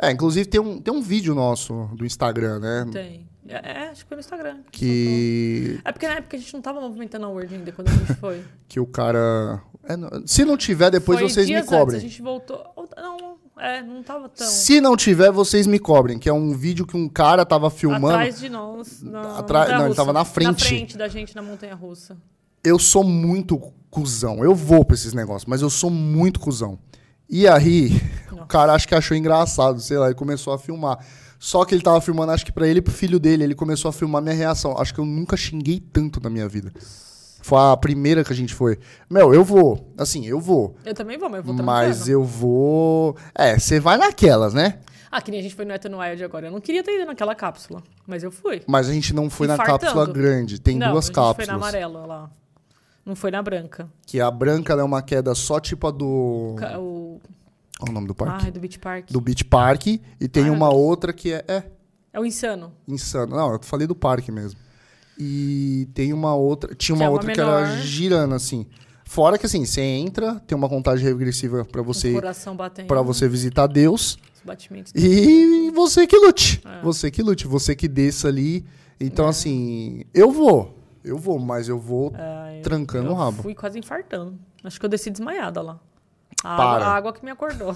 [SPEAKER 2] É, inclusive tem um, tem um vídeo nosso do Instagram, né?
[SPEAKER 1] Tem. É, é, acho que foi no Instagram.
[SPEAKER 2] Que,
[SPEAKER 1] É porque na época a gente não tava movimentando a Word ainda quando a gente foi.
[SPEAKER 2] que o cara. é, não- se não tiver, depois
[SPEAKER 1] Foi
[SPEAKER 2] vocês me
[SPEAKER 1] dias
[SPEAKER 2] cobrem.
[SPEAKER 1] Antes, a gente voltou. ou- Não, é, não tava tão.
[SPEAKER 2] Se não tiver, vocês me cobrem. Que é um vídeo que um cara tava filmando.
[SPEAKER 1] Atrás de nós. Na
[SPEAKER 2] Atra-
[SPEAKER 1] montanha
[SPEAKER 2] não, ele
[SPEAKER 1] russa.
[SPEAKER 2] tava na
[SPEAKER 1] Na
[SPEAKER 2] frente.
[SPEAKER 1] frente da gente na montanha russa.
[SPEAKER 2] eu sou muito cuzão. Eu vou pra esses negócios, mas eu sou muito cuzão. E aí, o cara acho que achou engraçado, sei lá, e começou a filmar. Só que ele tava filmando, acho que pra ele e pro filho dele, ele começou a filmar minha reação. Acho que eu nunca xinguei tanto na minha vida. Foi a primeira que a gente foi. Meu, eu vou. Assim, eu vou.
[SPEAKER 1] Eu também vou, mas eu vou
[SPEAKER 2] Mas
[SPEAKER 1] trabalhando.
[SPEAKER 2] eu vou. É, você vai naquelas, né?
[SPEAKER 1] Ah, que nem a gente foi no Ethan Wild agora. Eu não queria ter ido naquela cápsula, mas eu fui.
[SPEAKER 2] Mas a gente não foi na
[SPEAKER 1] Infartando.
[SPEAKER 2] cápsula grande. Tem
[SPEAKER 1] não,
[SPEAKER 2] duas
[SPEAKER 1] a gente
[SPEAKER 2] cápsulas.
[SPEAKER 1] foi na amarela lá. Não foi na branca.
[SPEAKER 2] Que a branca ela é uma queda só tipo a do.
[SPEAKER 1] Ca- O...
[SPEAKER 2] Qual é o nome do parque?
[SPEAKER 1] Ai, do Beach Park.
[SPEAKER 2] do Beach Park e tem uma outra que é, é
[SPEAKER 1] É o Insano.
[SPEAKER 2] insano. Não, eu falei do parque mesmo. E tem uma outra, tinha uma
[SPEAKER 1] Que é uma
[SPEAKER 2] outra que era
[SPEAKER 1] menor.
[SPEAKER 2] girando assim. Fora que assim, você entra, tem uma contagem regressiva pra
[SPEAKER 1] O
[SPEAKER 2] você
[SPEAKER 1] coração batendo.
[SPEAKER 2] para você visitar Deus
[SPEAKER 1] Os batimentos.
[SPEAKER 2] e você que lute.
[SPEAKER 1] É.
[SPEAKER 2] Você que lute, você que desça ali. Então assim, eu vou. Eu vou, mas eu vou
[SPEAKER 1] Ai, eu-
[SPEAKER 2] trancando o
[SPEAKER 1] eu
[SPEAKER 2] rabo.
[SPEAKER 1] Fui quase infartando. Acho que eu desci desmaiada lá. A,
[SPEAKER 2] Para.
[SPEAKER 1] água, a água que me acordou.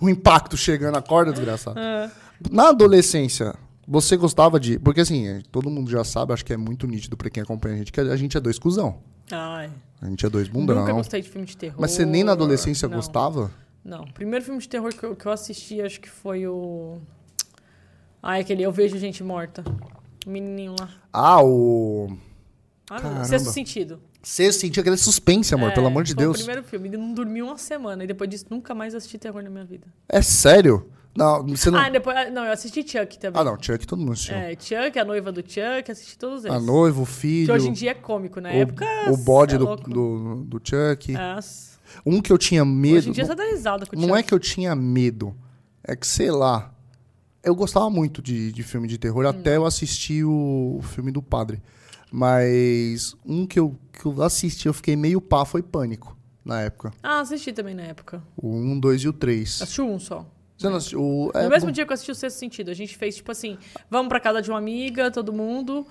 [SPEAKER 2] o um impacto chegando, acorda, desgraçado. Na adolescência, você gostava de. Porque assim, eh, todo mundo já sabe, acho que é muito nítido pra quem acompanha a gente, que a gente é dois cuzão.
[SPEAKER 1] Ai.
[SPEAKER 2] A gente é dois
[SPEAKER 1] Nunca
[SPEAKER 2] bundão.
[SPEAKER 1] gostei de filme de terror.
[SPEAKER 2] Mas você nem na adolescência
[SPEAKER 1] não.
[SPEAKER 2] gostava?
[SPEAKER 1] Não. O primeiro filme de terror que eu, que eu assisti, acho que foi o. Ai, aquele Eu Vejo Gente Morta. O menininho lá.
[SPEAKER 2] Ah, o.
[SPEAKER 1] Ah,
[SPEAKER 2] Caramba.
[SPEAKER 1] não. Sexto Sentido.
[SPEAKER 2] Você sentia aquele suspense, amor,
[SPEAKER 1] É,
[SPEAKER 2] pelo amor de
[SPEAKER 1] foi
[SPEAKER 2] Deus.
[SPEAKER 1] o primeiro filme. Eu não dormi uma semana. E depois disso, nunca mais assisti terror na minha vida.
[SPEAKER 2] É sério? Não, você não.
[SPEAKER 1] Ah, depois... ah, Não, eu assisti Chuck também.
[SPEAKER 2] Ah, não, Chuck, todo mundo assistiu.
[SPEAKER 1] É, Chuck, a noiva do Chuck, assisti todos eles.
[SPEAKER 2] a noiva, o
[SPEAKER 1] Que
[SPEAKER 2] filho.
[SPEAKER 1] hoje em dia é cômico. Na
[SPEAKER 2] o,
[SPEAKER 1] época...
[SPEAKER 2] o bode
[SPEAKER 1] cê é
[SPEAKER 2] do,
[SPEAKER 1] louco.
[SPEAKER 2] do, do Chuck.
[SPEAKER 1] É,
[SPEAKER 2] Um que eu tinha medo.
[SPEAKER 1] Hoje em dia
[SPEAKER 2] não-
[SPEAKER 1] você dá risada com o
[SPEAKER 2] Não é
[SPEAKER 1] Chuck.
[SPEAKER 2] que eu tinha medo. É que, sei lá. Eu gostava muito de, de filme de
[SPEAKER 1] Hum.
[SPEAKER 2] terror, até eu assisti o, filme do padre. Mas um que eu, que eu assisti, eu fiquei meio pá, foi Pânico, na época.
[SPEAKER 1] Ah, assisti também na época.
[SPEAKER 2] O 1, 2 e o 3.
[SPEAKER 1] Assisti um só.
[SPEAKER 2] Você não assistiu? O, é
[SPEAKER 1] no mesmo
[SPEAKER 2] bom.
[SPEAKER 1] dia que eu assisti o Sexto Sentido, a gente fez, tipo assim, vamos pra casa de uma amiga, todo mundo,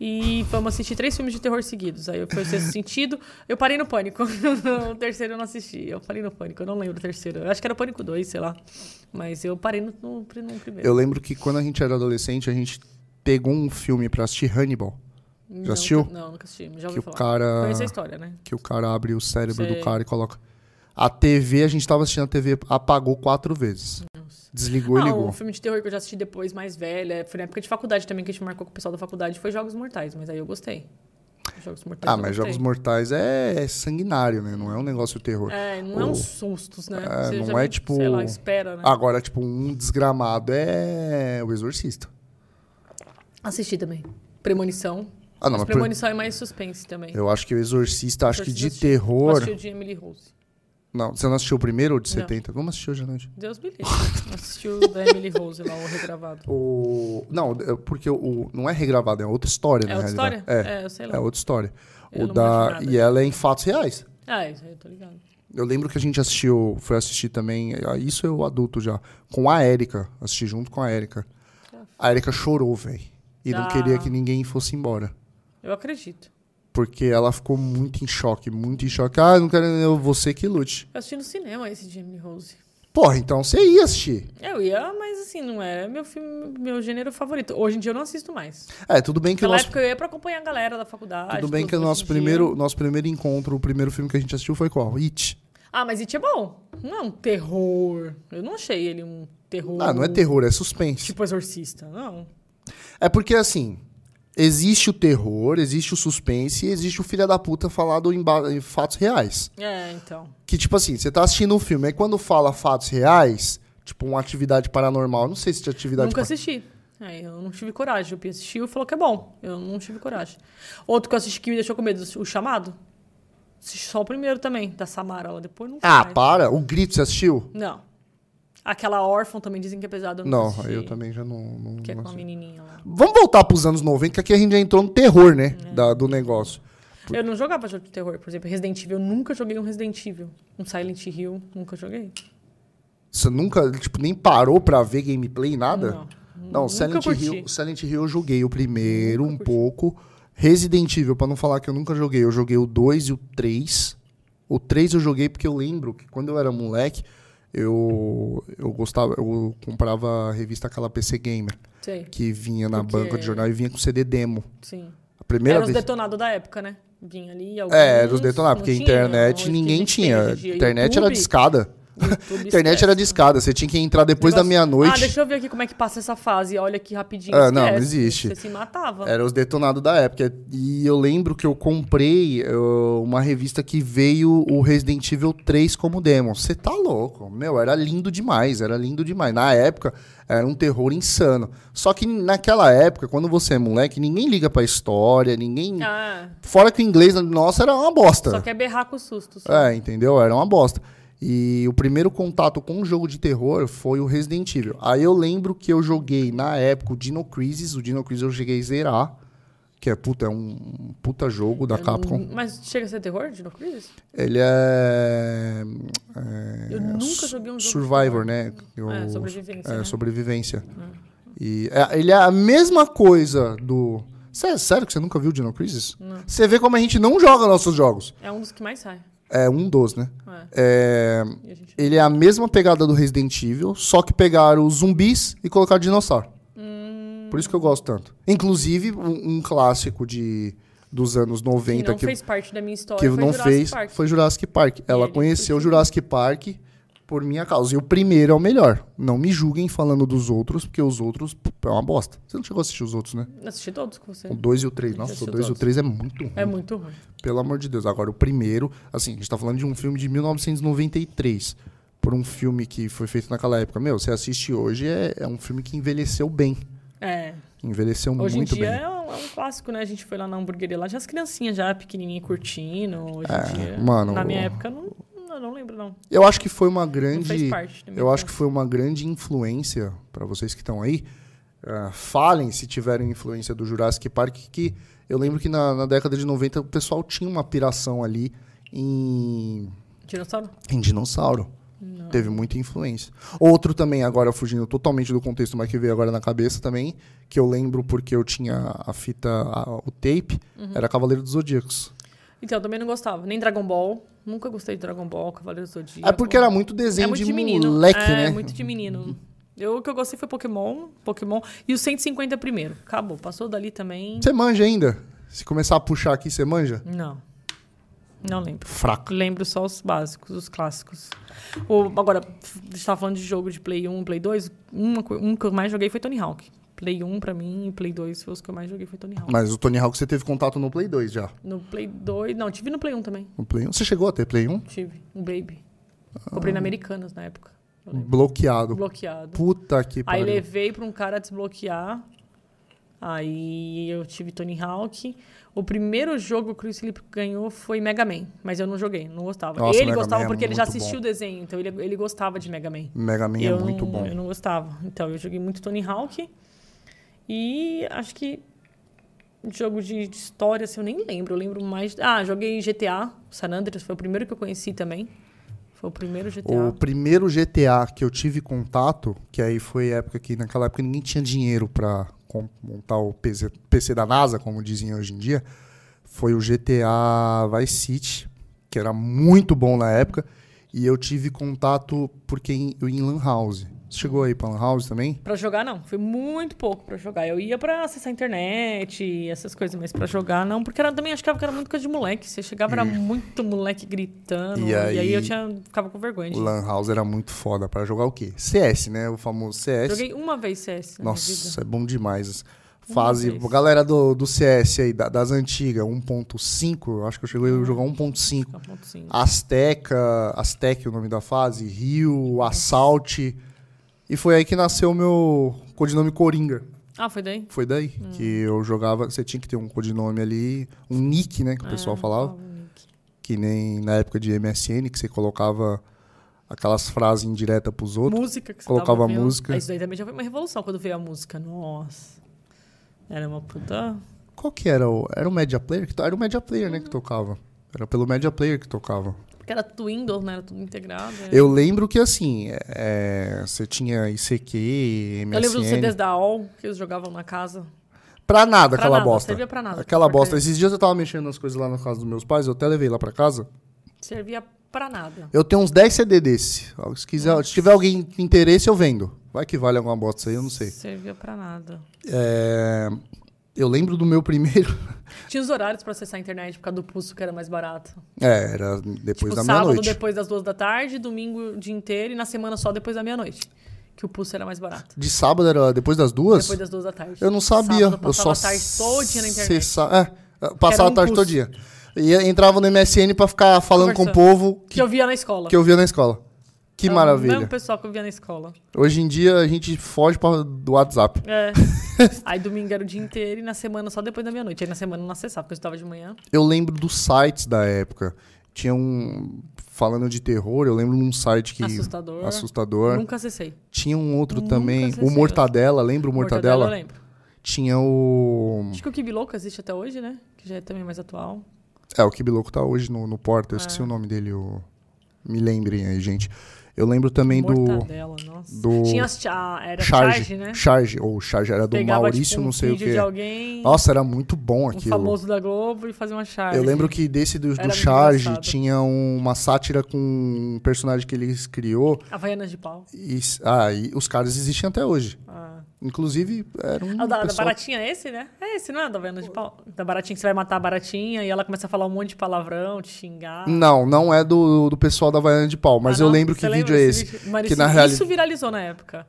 [SPEAKER 1] e vamos assistir três filmes de terror seguidos. Aí foi o Sexto Sentido, eu parei no Pânico. o terceiro eu não assisti, eu parei no Pânico, eu não lembro o terceiro. Eu acho que era o Pânico 2, sei lá. Mas eu parei no, no, pri- no primeiro.
[SPEAKER 2] Eu lembro que quando a gente era adolescente, a gente pegou um filme pra assistir Hannibal.
[SPEAKER 1] Nunca-
[SPEAKER 2] assistiu?
[SPEAKER 1] Não, nunca assisti, mas já
[SPEAKER 2] Que
[SPEAKER 1] ouvi
[SPEAKER 2] o
[SPEAKER 1] falar.
[SPEAKER 2] cara.
[SPEAKER 1] Conhece a história, né?
[SPEAKER 2] Que o cara abre o cérebro do
[SPEAKER 1] Sei.
[SPEAKER 2] cara e coloca. A TV, a gente tava assistindo a TV, apagou quatro vezes. Desligou e
[SPEAKER 1] Ah,
[SPEAKER 2] ligou.
[SPEAKER 1] um filme de terror que eu já assisti depois, mais velha, foi na época de faculdade também, que a gente marcou com o pessoal da faculdade, foi Jogos Mortais, mas aí eu gostei. Jogos Mortais
[SPEAKER 2] Ah,
[SPEAKER 1] eu
[SPEAKER 2] mas
[SPEAKER 1] gostei.
[SPEAKER 2] Jogos Mortais é, é sanguinário, né? Não é um negócio terror.
[SPEAKER 1] É, não é uns sustos, né?
[SPEAKER 2] tipo, É,
[SPEAKER 1] Você
[SPEAKER 2] não
[SPEAKER 1] já
[SPEAKER 2] é
[SPEAKER 1] vem,
[SPEAKER 2] tipo-
[SPEAKER 1] Sei lá, espera, né?
[SPEAKER 2] Agora, tipo, um desgramado é o Exorcista.
[SPEAKER 1] Assisti também. Premonição.
[SPEAKER 2] Ah,
[SPEAKER 1] Mas
[SPEAKER 2] não, mas por-
[SPEAKER 1] Premonição é mais suspense também.
[SPEAKER 2] eu acho que o Exorcista, acho que de
[SPEAKER 1] Exorcista eu
[SPEAKER 2] terror.
[SPEAKER 1] Assisti o de Emily Rose.
[SPEAKER 2] Não, você não assistiu o primeiro ou de
[SPEAKER 1] Não.
[SPEAKER 2] 70? Vamos assistir hoje à noite.
[SPEAKER 1] Deus me livre. Assisti o da Emily Rose lá, o regravado.
[SPEAKER 2] O... Não, é porque o... não é regravado, é outra história,
[SPEAKER 1] É
[SPEAKER 2] na
[SPEAKER 1] outra
[SPEAKER 2] realidade.
[SPEAKER 1] história?
[SPEAKER 2] É,
[SPEAKER 1] eu sei
[SPEAKER 2] é
[SPEAKER 1] lá.
[SPEAKER 2] outra história.
[SPEAKER 1] Eu
[SPEAKER 2] O
[SPEAKER 1] não manjo
[SPEAKER 2] da...
[SPEAKER 1] nada.
[SPEAKER 2] E ela é em fatos reais.
[SPEAKER 1] Ah, isso aí eu tô ligado.
[SPEAKER 2] Eu lembro que a gente assistiu, foi assistir também, ah, isso eu adulto já, com a Érica. Assisti junto com a Érica. A Érica chorou, velho. E não
[SPEAKER 1] Ah.
[SPEAKER 2] queria que ninguém fosse embora.
[SPEAKER 1] Eu acredito.
[SPEAKER 2] Porque ela ficou muito em choque, muito em choque. Ah, eu não quero, eu, você que lute.
[SPEAKER 1] Eu assisti no cinema esse de Emily Rose.
[SPEAKER 2] Porra, então você ia assistir.
[SPEAKER 1] Eu ia, mas assim, não era meu filme, meu gênero favorito. Hoje em dia eu não assisto mais.
[SPEAKER 2] É, tudo bem que o
[SPEAKER 1] Naquela
[SPEAKER 2] nosso,
[SPEAKER 1] época eu ia pra acompanhar a galera da faculdade.
[SPEAKER 2] tudo bem que o
[SPEAKER 1] hoje
[SPEAKER 2] nosso
[SPEAKER 1] em dia.
[SPEAKER 2] primeiro, nosso primeiro encontro, o primeiro filme que a gente assistiu foi qual? It.
[SPEAKER 1] Ah, mas It é bom. Não é um terror. Eu não achei ele um terror.
[SPEAKER 2] é Ah, não é terror, é suspense.
[SPEAKER 1] Tipo exorcista, não.
[SPEAKER 2] É porque assim, Existe o terror, existe o suspense e existe o filho da puta falado em, ba- em fatos reais.
[SPEAKER 1] É, então.
[SPEAKER 2] Que, tipo assim, você tá assistindo um filme, aí quando fala fatos reais, tipo uma atividade paranormal, não sei se de atividade
[SPEAKER 1] Nunca
[SPEAKER 2] par-
[SPEAKER 1] assisti. Aí eu não tive coragem. O Pia assistiu e falou que é bom. Eu não tive coragem. Outro que eu assisti que me deixou com medo, o chamado. Assisti só o primeiro também, da Samara. Ela depois não
[SPEAKER 2] Ah,
[SPEAKER 1] faz.
[SPEAKER 2] para? O Grito, você assistiu?
[SPEAKER 1] Não. Aquela órfã também dizem que é pesada. eu nunca
[SPEAKER 2] Não,
[SPEAKER 1] assisti.
[SPEAKER 2] eu também já não. não-
[SPEAKER 1] Que é
[SPEAKER 2] não
[SPEAKER 1] com a
[SPEAKER 2] assisti.
[SPEAKER 1] menininha lá.
[SPEAKER 2] Vamos voltar pros anos 90, que aqui a gente já entrou no terror, né?
[SPEAKER 1] É.
[SPEAKER 2] da- do negócio.
[SPEAKER 1] Eu não jogava jogo de terror, por exemplo. Resident Evil, eu nunca joguei um Resident Evil. Um Silent Hill, nunca joguei.
[SPEAKER 2] Você nunca, tipo, nem parou pra ver gameplay, nada?
[SPEAKER 1] Não.
[SPEAKER 2] Não,
[SPEAKER 1] Nunca
[SPEAKER 2] Silent
[SPEAKER 1] curti.
[SPEAKER 2] Hill, Silent Hill eu joguei o primeiro um pouco. Resident Evil, pra não falar que eu nunca joguei, eu joguei o 2 e o 3. O 3 eu joguei porque eu lembro que quando eu era moleque, eu, eu gostava, eu comprava a revista aquela PC Gamer,
[SPEAKER 1] Sei,
[SPEAKER 2] que vinha na
[SPEAKER 1] Porque-
[SPEAKER 2] banca de jornal e vinha com CD demo.
[SPEAKER 1] sim.
[SPEAKER 2] A primeira
[SPEAKER 1] Era os
[SPEAKER 2] vez.
[SPEAKER 1] detonados da época, né? Vinha ali alguns,
[SPEAKER 2] É, era os detonados,
[SPEAKER 1] não
[SPEAKER 2] porque
[SPEAKER 1] tinha,
[SPEAKER 2] internet
[SPEAKER 1] hoje
[SPEAKER 2] ninguém
[SPEAKER 1] tem
[SPEAKER 2] tinha.
[SPEAKER 1] hoje em dia.
[SPEAKER 2] Internet era
[SPEAKER 1] YouTube,
[SPEAKER 2] discada.
[SPEAKER 1] YouTube
[SPEAKER 2] Internet
[SPEAKER 1] esquece.
[SPEAKER 2] era discada, você tinha que entrar depois da
[SPEAKER 1] Negócio-
[SPEAKER 2] meia-noite.
[SPEAKER 1] Ah, deixa eu ver aqui como é que passa essa fase. Olha aqui rapidinho.
[SPEAKER 2] Ah, não,
[SPEAKER 1] esquece.
[SPEAKER 2] não existe. É.
[SPEAKER 1] Você se matava.
[SPEAKER 2] Era os detonados da época. E eu lembro que eu comprei uh, uma revista que veio o Resident Evil 3 como demo. Você tá louco? Meu, era lindo demais, era lindo demais. Na época, era um terror insano. Só que naquela época, quando você é moleque, ninguém liga pra história, ninguém.
[SPEAKER 1] Ah,
[SPEAKER 2] Fora que o inglês nosso era uma bosta.
[SPEAKER 1] só quer berrar com susto. só.
[SPEAKER 2] É, entendeu? Era uma bosta. E o primeiro contato com o jogo de terror foi o Resident Evil. Aí eu lembro que eu joguei na época o Dino Crisis. O Dino Crisis eu cheguei a zerar. Que é, puta, é um puta jogo da Capcom.
[SPEAKER 1] Hum, Mas chega a ser terror, Dino Crisis?
[SPEAKER 2] Ele é. é,
[SPEAKER 1] Eu nunca
[SPEAKER 2] su-
[SPEAKER 1] joguei um jogo de
[SPEAKER 2] Survivor, né? Eu-
[SPEAKER 1] É, sobrevivência,
[SPEAKER 2] É,
[SPEAKER 1] né?
[SPEAKER 2] sobrevivência. E é, ele é a mesma coisa do. Sé- Sério que você nunca viu o Dino Crisis? Você vê como a gente não joga nossos jogos.
[SPEAKER 1] É um dos que mais sai.
[SPEAKER 2] É um dos, né?
[SPEAKER 1] É.
[SPEAKER 2] É,
[SPEAKER 1] E a gente-
[SPEAKER 2] ele é a mesma pegada do Resident Evil, só que pegaram os zumbis e colocaram dinossauro.
[SPEAKER 1] Hum.
[SPEAKER 2] Por isso que eu gosto tanto. Inclusive, um, um clássico de, dos anos
[SPEAKER 1] Que
[SPEAKER 2] 90
[SPEAKER 1] não
[SPEAKER 2] que,
[SPEAKER 1] fez parte da minha história.
[SPEAKER 2] que
[SPEAKER 1] foi
[SPEAKER 2] não
[SPEAKER 1] Jurassic
[SPEAKER 2] fez
[SPEAKER 1] Park.
[SPEAKER 2] foi Jurassic Park. Ela
[SPEAKER 1] ele
[SPEAKER 2] conheceu Jurassic Park por minha causa. E o primeiro é o melhor. Não me julguem falando dos outros, porque os outros pô, é uma bosta. Você não chegou a assistir os outros, né?
[SPEAKER 1] Assisti todos com você.
[SPEAKER 2] O 2 e o 3.
[SPEAKER 1] Hum. Eu
[SPEAKER 2] Nossa,
[SPEAKER 1] assisti
[SPEAKER 2] o
[SPEAKER 1] os
[SPEAKER 2] 2 e o
[SPEAKER 1] outros.
[SPEAKER 2] 3 é muito ruim.
[SPEAKER 1] É muito ruim.
[SPEAKER 2] Pelo amor de Deus. Agora, o primeiro, assim, a gente tá falando de um filme de 1993. Por um filme que foi feito naquela época. Meu, você assiste hoje, é, é um filme que envelheceu bem.
[SPEAKER 1] É.
[SPEAKER 2] Envelheceu
[SPEAKER 1] Hoje em
[SPEAKER 2] muito
[SPEAKER 1] dia
[SPEAKER 2] bem.
[SPEAKER 1] é um, é um clássico, né? A gente foi lá na hamburgueria lá, já as criancinhas já pequenininhas curtindo. Hoje
[SPEAKER 2] É,
[SPEAKER 1] em dia.
[SPEAKER 2] mano,
[SPEAKER 1] Na minha
[SPEAKER 2] o-
[SPEAKER 1] época, não, eu não lembro, não.
[SPEAKER 2] Eu acho que foi uma
[SPEAKER 1] Não fez
[SPEAKER 2] grande.
[SPEAKER 1] parte da minha
[SPEAKER 2] Eu acho que foi uma grande influência para vocês que estão aí. Ah, falem se tiveram influência do Jurassic Park, que eu lembro que na, na década de 90 o pessoal tinha uma piração ali em,
[SPEAKER 1] infância. Dinossauro?
[SPEAKER 2] em dinossauro. Teve muita influência. Outro também, agora fugindo totalmente do contexto, mas que veio agora na cabeça também, que eu lembro porque eu tinha a fita, a- o tape,
[SPEAKER 1] Uhum.
[SPEAKER 2] era Cavaleiro dos Zodíacos.
[SPEAKER 1] Então, eu também não gostava. Nem Dragon Ball. Nunca gostei de Dragon Ball, Cavaleiro do Zodíaco.
[SPEAKER 2] É porque era muito desenho
[SPEAKER 1] É muito
[SPEAKER 2] de,
[SPEAKER 1] de menino.
[SPEAKER 2] moleque,
[SPEAKER 1] é,
[SPEAKER 2] né?
[SPEAKER 1] muito de menino. Eu, o que eu gostei foi Pokémon, Pokémon e os 150 primeiro. Acabou. Passou dali também.
[SPEAKER 2] Você manja ainda? Se começar a puxar aqui, você manja?
[SPEAKER 1] Não. Não lembro.
[SPEAKER 2] Fraco.
[SPEAKER 1] Lembro só os básicos, os clássicos. O, agora, f- a gente tava falando de jogo de Play 1, Play 2. Uma, co- um que eu mais joguei foi Tony Hawk. Play 1 pra mim e Play 2 foi os que eu mais joguei foi Tony Hawk.
[SPEAKER 2] Mas o Tony Hawk você teve contato no Play 2 já.
[SPEAKER 1] No Play 2. Não, tive no Play 1 também.
[SPEAKER 2] No Play 1. Você chegou a ter Play 1?
[SPEAKER 1] Tive. Um Baby. Comprei
[SPEAKER 2] Ah.
[SPEAKER 1] na Americanas na época. Eu lembro.
[SPEAKER 2] Bloqueado.
[SPEAKER 1] Bloqueado.
[SPEAKER 2] Puta que
[SPEAKER 1] Aí
[SPEAKER 2] pariu.
[SPEAKER 1] levei pra um cara desbloquear. Aí eu tive Tony Hawk. O primeiro jogo que o Luiz Felipe ganhou foi Mega Man, mas eu não joguei, não gostava.
[SPEAKER 2] Nossa,
[SPEAKER 1] ele
[SPEAKER 2] Mega
[SPEAKER 1] gostava
[SPEAKER 2] Man é
[SPEAKER 1] porque ele já
[SPEAKER 2] muito
[SPEAKER 1] assistiu o desenho, então ele, ele gostava de Mega Man.
[SPEAKER 2] Mega Man
[SPEAKER 1] eu
[SPEAKER 2] é muito
[SPEAKER 1] não,
[SPEAKER 2] bom.
[SPEAKER 1] Eu não gostava. Então eu joguei muito Tony Hawk. E acho que jogo de, de história, assim, eu nem lembro. Eu lembro mais. Ah, joguei GTA, San Andreas, foi o primeiro que eu conheci também. Foi o primeiro GTA.
[SPEAKER 2] O primeiro GTA que eu tive contato, que aí foi época que naquela época ninguém tinha dinheiro pra com- montar o PC, PC da NASA, como dizem hoje em dia, foi o GTA Vice City, que era muito bom na época, e eu tive contato porque em, em Lan House. Você chegou aí pra Lan House também?
[SPEAKER 1] Pra jogar, não. Foi muito pouco pra jogar. Eu ia pra acessar a internet, e essas coisas, mas pra jogar, não. Porque era, também achava que era muito coisa de moleque. Você chegava, era muito moleque gritando.
[SPEAKER 2] E
[SPEAKER 1] E aí,
[SPEAKER 2] aí-
[SPEAKER 1] eu tinha, ficava com vergonha. de-
[SPEAKER 2] Lan House era muito foda pra jogar o quê? CS, né? O famoso CS.
[SPEAKER 1] Joguei uma vez CS na minha vida.
[SPEAKER 2] Nossa, é bom demais. Fase.
[SPEAKER 1] sei se-
[SPEAKER 2] Galera do, do CS aí, da- das antigas, 1.5, eu acho que eu
[SPEAKER 1] Ah,
[SPEAKER 2] cheguei a jogar 1.5.
[SPEAKER 1] Fica ponto cinco.
[SPEAKER 2] Azteca, Aztec é o nome da fase, Rio, Assault. E foi aí que nasceu o meu codinome Coringa.
[SPEAKER 1] Ah, foi daí?
[SPEAKER 2] Foi daí que eu jogava. Você tinha que ter um codinome ali, um nick, né? Que o
[SPEAKER 1] Ah,
[SPEAKER 2] pessoal falava. Que nem na época de MSN, que você colocava aquelas frases indiretas pros outros.
[SPEAKER 1] Música que você
[SPEAKER 2] Colocava
[SPEAKER 1] tava ouvindo.
[SPEAKER 2] música.
[SPEAKER 1] Ah, Isso daí também já foi uma revolução quando veio a música. Nossa. Era uma puta.
[SPEAKER 2] Qual que era o. Era o Media Player? Que to- Era o Media Player,
[SPEAKER 1] Uhum.
[SPEAKER 2] né? Que tocava. Era pelo Media Player que tocava.
[SPEAKER 1] Porque era tudo Windows, né? Era tudo integrado. né?
[SPEAKER 2] Eu lembro que assim, é, você tinha ICQ, MSN.
[SPEAKER 1] Eu lembro dos CDs da AOL que eles jogavam na casa.
[SPEAKER 2] Pra nada
[SPEAKER 1] Pra
[SPEAKER 2] aquela
[SPEAKER 1] nada,
[SPEAKER 2] bosta.
[SPEAKER 1] servia pra nada.
[SPEAKER 2] Aquela
[SPEAKER 1] Porcaria.
[SPEAKER 2] bosta. Esses dias eu tava mexendo nas coisas lá na casa dos meus pais, eu até levei lá pra casa.
[SPEAKER 1] Servia pra nada.
[SPEAKER 2] Eu tenho uns 10 CD desse. Ó, Se, quiser, se tiver alguém com interesse, eu vendo. Vai que vale alguma bosta isso aí, eu não sei.
[SPEAKER 1] Servia pra nada.
[SPEAKER 2] É, Eu lembro do meu primeiro.
[SPEAKER 1] Tinha os horários pra acessar a internet por causa do pulso que era mais barato.
[SPEAKER 2] É, era depois
[SPEAKER 1] tipo,
[SPEAKER 2] da
[SPEAKER 1] sábado
[SPEAKER 2] meia-noite.
[SPEAKER 1] depois das duas da tarde, domingo o dia inteiro e na semana só depois da meia-noite. Que o pulso era mais barato.
[SPEAKER 2] De sábado era depois das duas?
[SPEAKER 1] Depois das duas da tarde.
[SPEAKER 2] Eu não sabia.
[SPEAKER 1] Sábado
[SPEAKER 2] eu
[SPEAKER 1] passava
[SPEAKER 2] só.
[SPEAKER 1] a tarde todinha na internet.
[SPEAKER 2] cessa- É, eu passava
[SPEAKER 1] um
[SPEAKER 2] a tarde
[SPEAKER 1] pulso.
[SPEAKER 2] todinha. E eu entrava no MSN pra ficar falando com o
[SPEAKER 1] Conversando.
[SPEAKER 2] povo
[SPEAKER 1] Que eu via na escola.
[SPEAKER 2] que eu via na escola. Que
[SPEAKER 1] Era o
[SPEAKER 2] maravilha.
[SPEAKER 1] mesmo pessoal que eu via na escola.
[SPEAKER 2] Hoje em dia a gente foge pra, do WhatsApp.
[SPEAKER 1] É. Aí domingo era o dia inteiro e na semana só depois da meia-noite. Aí na semana eu não acessava, porque eu estava de manhã.
[SPEAKER 2] Eu lembro dos sites da época. Tinha um. Falando de terror, eu lembro de um site que.
[SPEAKER 1] Assustador.
[SPEAKER 2] Assustador.
[SPEAKER 1] Nunca acessei.
[SPEAKER 2] Tinha um outro
[SPEAKER 1] Nunca
[SPEAKER 2] também.
[SPEAKER 1] acessei.
[SPEAKER 2] O Mortadela, lembra o Mortadela? Hum.
[SPEAKER 1] eu lembro.
[SPEAKER 2] Tinha o.
[SPEAKER 1] Acho que o Kibi Louco existe até hoje, né? Que já é também mais atual.
[SPEAKER 2] É, o Kibiloco tá hoje no, no Porta.
[SPEAKER 1] Ah.
[SPEAKER 2] Eu esqueci o nome dele. o- Me lembrem aí, gente. Eu lembro também do.
[SPEAKER 1] Mortadela, nossa.
[SPEAKER 2] do-
[SPEAKER 1] Tinha as cha... era
[SPEAKER 2] Charge.
[SPEAKER 1] charge, né?
[SPEAKER 2] Charge. Ou Charge era do
[SPEAKER 1] Pegava,
[SPEAKER 2] Maurício,
[SPEAKER 1] tipo, um
[SPEAKER 2] não sei o
[SPEAKER 1] vídeo
[SPEAKER 2] quê.
[SPEAKER 1] de alguém,
[SPEAKER 2] Nossa, era muito bom
[SPEAKER 1] um
[SPEAKER 2] aquilo.
[SPEAKER 1] famoso da Globo e fazia uma charge.
[SPEAKER 2] Eu lembro que desse do,
[SPEAKER 1] Era
[SPEAKER 2] do
[SPEAKER 1] muito
[SPEAKER 2] Charge
[SPEAKER 1] engraçado.
[SPEAKER 2] tinha uma sátira com um personagem que eles criou.
[SPEAKER 1] Havaianas de pau.
[SPEAKER 2] E, ah, e os caras existem até hoje.
[SPEAKER 1] Ah.
[SPEAKER 2] Inclusive, era um
[SPEAKER 1] Ah, da, da
[SPEAKER 2] pessoal...
[SPEAKER 1] baratinha é esse, né? É esse, não é? Da Havaianas de pau. Da baratinha que você vai matar a baratinha e ela começa a falar um monte de palavrão, te xingar.
[SPEAKER 2] Não, não é do, do pessoal da Havaiana de Pau, mas
[SPEAKER 1] Ah,
[SPEAKER 2] eu
[SPEAKER 1] não?
[SPEAKER 2] lembro que
[SPEAKER 1] Você lembra
[SPEAKER 2] vídeo é
[SPEAKER 1] desse
[SPEAKER 2] esse.
[SPEAKER 1] vídeo? Mas
[SPEAKER 2] que
[SPEAKER 1] isso,
[SPEAKER 2] na realidade.
[SPEAKER 1] isso viralizou na época.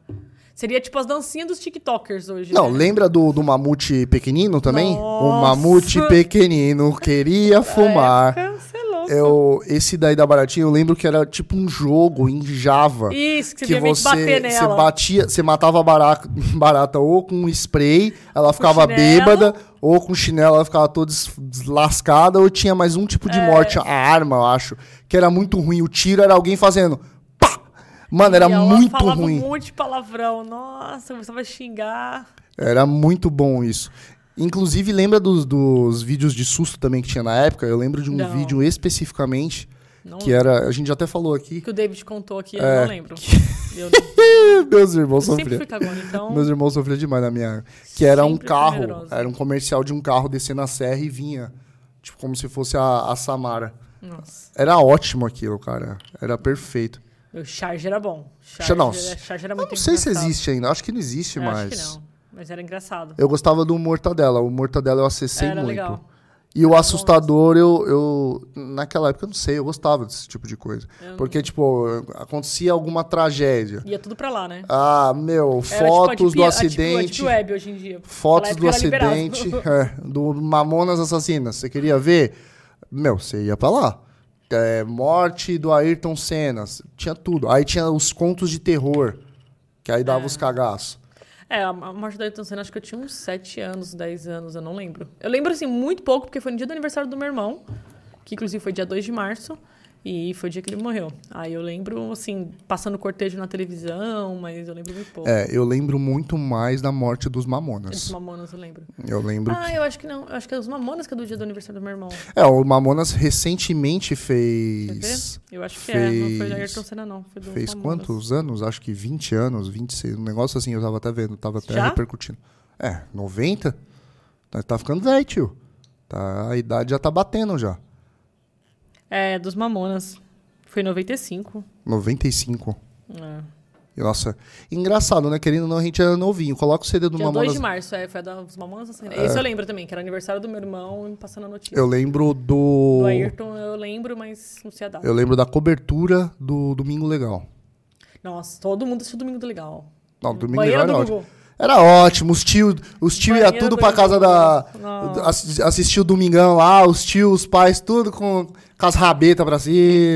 [SPEAKER 1] Seria tipo as dancinhas dos TikTokers hoje.
[SPEAKER 2] Não,
[SPEAKER 1] né?
[SPEAKER 2] lembra do, do mamute pequenino também? O
[SPEAKER 1] Nossa!
[SPEAKER 2] mamute pequenino queria fumar.
[SPEAKER 1] É, Você é louco.
[SPEAKER 2] Eu, esse daí da baratinha, eu lembro que era tipo um jogo em Java.
[SPEAKER 1] Isso, que você
[SPEAKER 2] é, que
[SPEAKER 1] devia meio que
[SPEAKER 2] você,
[SPEAKER 1] bater
[SPEAKER 2] você
[SPEAKER 1] nela.
[SPEAKER 2] batia, você matava a barata, barata ou com um spray, ela ficava
[SPEAKER 1] chinelo.
[SPEAKER 2] bêbada, ou com chinelo ela ficava toda des- deslascada, ou tinha mais um tipo
[SPEAKER 1] É.
[SPEAKER 2] de morte, a arma, eu acho, que era muito ruim. O tiro era alguém fazendo pá! Mano, era
[SPEAKER 1] E ela
[SPEAKER 2] muito
[SPEAKER 1] falava
[SPEAKER 2] ruim.
[SPEAKER 1] um monte de palavrão. Nossa, começava a xingar.
[SPEAKER 2] Era muito bom isso. Inclusive, lembra dos, dos vídeos de susto também que tinha na época? Eu lembro de um
[SPEAKER 1] Não.
[SPEAKER 2] vídeo especificamente
[SPEAKER 1] Não
[SPEAKER 2] que era. A gente já até falou aqui.
[SPEAKER 1] que o David contou aqui,
[SPEAKER 2] É,
[SPEAKER 1] eu não lembro. Eu, não-
[SPEAKER 2] Meus irmãos
[SPEAKER 1] eu sempre
[SPEAKER 2] sofriam.
[SPEAKER 1] fui cagona, então.
[SPEAKER 2] Meus irmãos sofriam demais na minha. Que era um
[SPEAKER 1] Sempre fui
[SPEAKER 2] carro,
[SPEAKER 1] medrosa.
[SPEAKER 2] era um comercial de um carro descendo a serra e vinha. Tipo, como se fosse a, a Samara.
[SPEAKER 1] Nossa,
[SPEAKER 2] Era ótimo aquilo, cara. Era perfeito.
[SPEAKER 1] meu charge era bom.
[SPEAKER 2] Xa-
[SPEAKER 1] Charge,
[SPEAKER 2] não,
[SPEAKER 1] era, charge era
[SPEAKER 2] Eu
[SPEAKER 1] muito
[SPEAKER 2] não sei se
[SPEAKER 1] engraçado.
[SPEAKER 2] existe ainda, acho que não existe
[SPEAKER 1] Eu
[SPEAKER 2] mais.
[SPEAKER 1] Acho que não, mas era engraçado.
[SPEAKER 2] Eu gostava do Mortadela. O Mortadela eu acessei
[SPEAKER 1] era
[SPEAKER 2] muito.
[SPEAKER 1] legal.
[SPEAKER 2] E o assustador, eu, eu. Naquela época, eu não sei, eu gostava desse tipo de coisa. Porque, tipo, acontecia alguma tragédia.
[SPEAKER 1] Ia tudo pra lá, né?
[SPEAKER 2] Ah, meu,
[SPEAKER 1] Era tipo a Deep-
[SPEAKER 2] fotos do
[SPEAKER 1] a Deep- A
[SPEAKER 2] acidente.
[SPEAKER 1] Deep Web hoje em dia.
[SPEAKER 2] Fotos do
[SPEAKER 1] Naquela época era liberado.
[SPEAKER 2] acidente é, do Mamonas Assassinas. Você queria ver? Meu, você ia pra lá. É, morte do Ayrton Senna. Tinha tudo. Aí tinha os contos de terror. Que aí
[SPEAKER 1] Ah.
[SPEAKER 2] dava os cagaços.
[SPEAKER 1] É, a a morte da Ayrton Senna, acho que eu tinha uns 7 anos, 10 anos, eu não lembro. Eu lembro, assim, muito pouco, porque foi no dia do aniversário do meu irmão, que inclusive foi dia 2 de março, e foi o dia que ele morreu. Aí eu lembro, assim, passando cortejo na televisão, mas eu lembro muito pouco.
[SPEAKER 2] É, eu lembro muito mais da morte dos
[SPEAKER 1] Os
[SPEAKER 2] Mamonas.
[SPEAKER 1] Mamonas, eu lembro.
[SPEAKER 2] Eu lembro
[SPEAKER 1] Ah, eu acho que não. Eu acho que é os Mamonas que é do dia do aniversário do meu irmão.
[SPEAKER 2] É, o Mamonas
[SPEAKER 1] Quer
[SPEAKER 2] recentemente
[SPEAKER 1] ver?
[SPEAKER 2] fez.
[SPEAKER 1] Eu acho que é. Não foi da
[SPEAKER 2] fez-
[SPEAKER 1] Ayrton Senna, não. Foi do
[SPEAKER 2] Fez
[SPEAKER 1] Mamonas.
[SPEAKER 2] quantos anos? Acho que 20 anos, 26. Um negócio assim, eu tava até vendo, tava até
[SPEAKER 1] Já?
[SPEAKER 2] repercutindo. É, 90? Tá, tá ficando velho, tio. Tá, a idade já tá batendo já.
[SPEAKER 1] É, dos Mamonas. Foi em 95.
[SPEAKER 2] 95.
[SPEAKER 1] É.
[SPEAKER 2] E, Nossa, engraçado, né? Querendo ou não, a gente era novinho. Coloca o CD do
[SPEAKER 1] Dia
[SPEAKER 2] Mamonas.
[SPEAKER 1] 2 de março, é, foi a da- dos Mamonas assim. Esse eu lembro também, que era aniversário do meu irmão e passando a notícia.
[SPEAKER 2] É. Eu lembro do.
[SPEAKER 1] Do Ayrton eu lembro, mas não sei a data.
[SPEAKER 2] Eu lembro da cobertura do Domingo Legal.
[SPEAKER 1] Nossa, todo mundo assistiu Domingo do Legal.
[SPEAKER 2] Não, Domingo
[SPEAKER 1] Banheira
[SPEAKER 2] Legal
[SPEAKER 1] do
[SPEAKER 2] era
[SPEAKER 1] Gugu.
[SPEAKER 2] ótimo. Era ótimo, os tio, os tio ia
[SPEAKER 1] Banheiro
[SPEAKER 2] tudo
[SPEAKER 1] do
[SPEAKER 2] pra casa da.
[SPEAKER 1] Nossa.
[SPEAKER 2] ass- Assistia o Domingão lá, os tios, os pais, tudo com, com as rabetas pra
[SPEAKER 1] E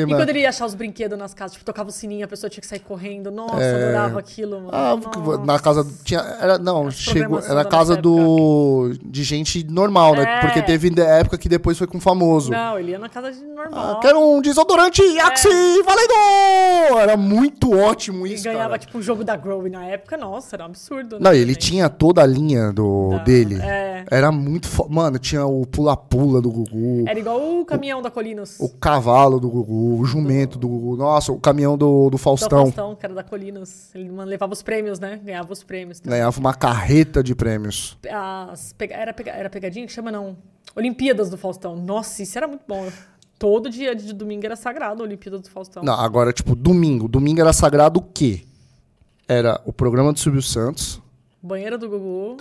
[SPEAKER 2] cima.
[SPEAKER 1] quando ele ia achar os brinquedos nas casas, tipo, tocava o sininho, a pessoa tinha que sair correndo. Nossa, eu adorava aquilo, mano.
[SPEAKER 2] É. Ah,
[SPEAKER 1] Nossa.
[SPEAKER 2] na casa tinha era não chegou
[SPEAKER 1] programação
[SPEAKER 2] era
[SPEAKER 1] da
[SPEAKER 2] casa
[SPEAKER 1] nossa
[SPEAKER 2] do de gente normal né
[SPEAKER 1] É.
[SPEAKER 2] porque teve da época que depois foi com famoso
[SPEAKER 1] Não, É. ele ia na casa de normal.
[SPEAKER 2] Ah, quero um desodorante Yaxi valendo era muito ótimo
[SPEAKER 1] E
[SPEAKER 2] isso
[SPEAKER 1] ganhava,
[SPEAKER 2] cara.
[SPEAKER 1] tipo, o jogo da Grow. E na época, nossa, era um absurdo. né,
[SPEAKER 2] não ele
[SPEAKER 1] também.
[SPEAKER 2] tinha toda a linha do dele
[SPEAKER 1] é.
[SPEAKER 2] era muito fo... mano tinha o pula pula do Gugu
[SPEAKER 1] Era igual o caminhão da Colinos.
[SPEAKER 2] o cavalo do Gugu o jumento do Gugu nossa o caminhão do,
[SPEAKER 1] Da
[SPEAKER 2] do Faustão
[SPEAKER 1] Então, Faustão, que era da Colinos. Ele mano, levava os prêmios, né? Ganhava os prêmios.
[SPEAKER 2] ganhava uma carreta de prêmios
[SPEAKER 1] As pega- era, pega- era pegadinha que chama, não. Olimpíadas do Faustão. Nossa, isso era muito bom. Todo dia de domingo era sagrado a Olimpíada do Faustão.
[SPEAKER 2] Não, agora, tipo, domingo. Domingo era sagrado o quê? Era o programa do Silvio Santos,
[SPEAKER 1] Banheira do Gugu.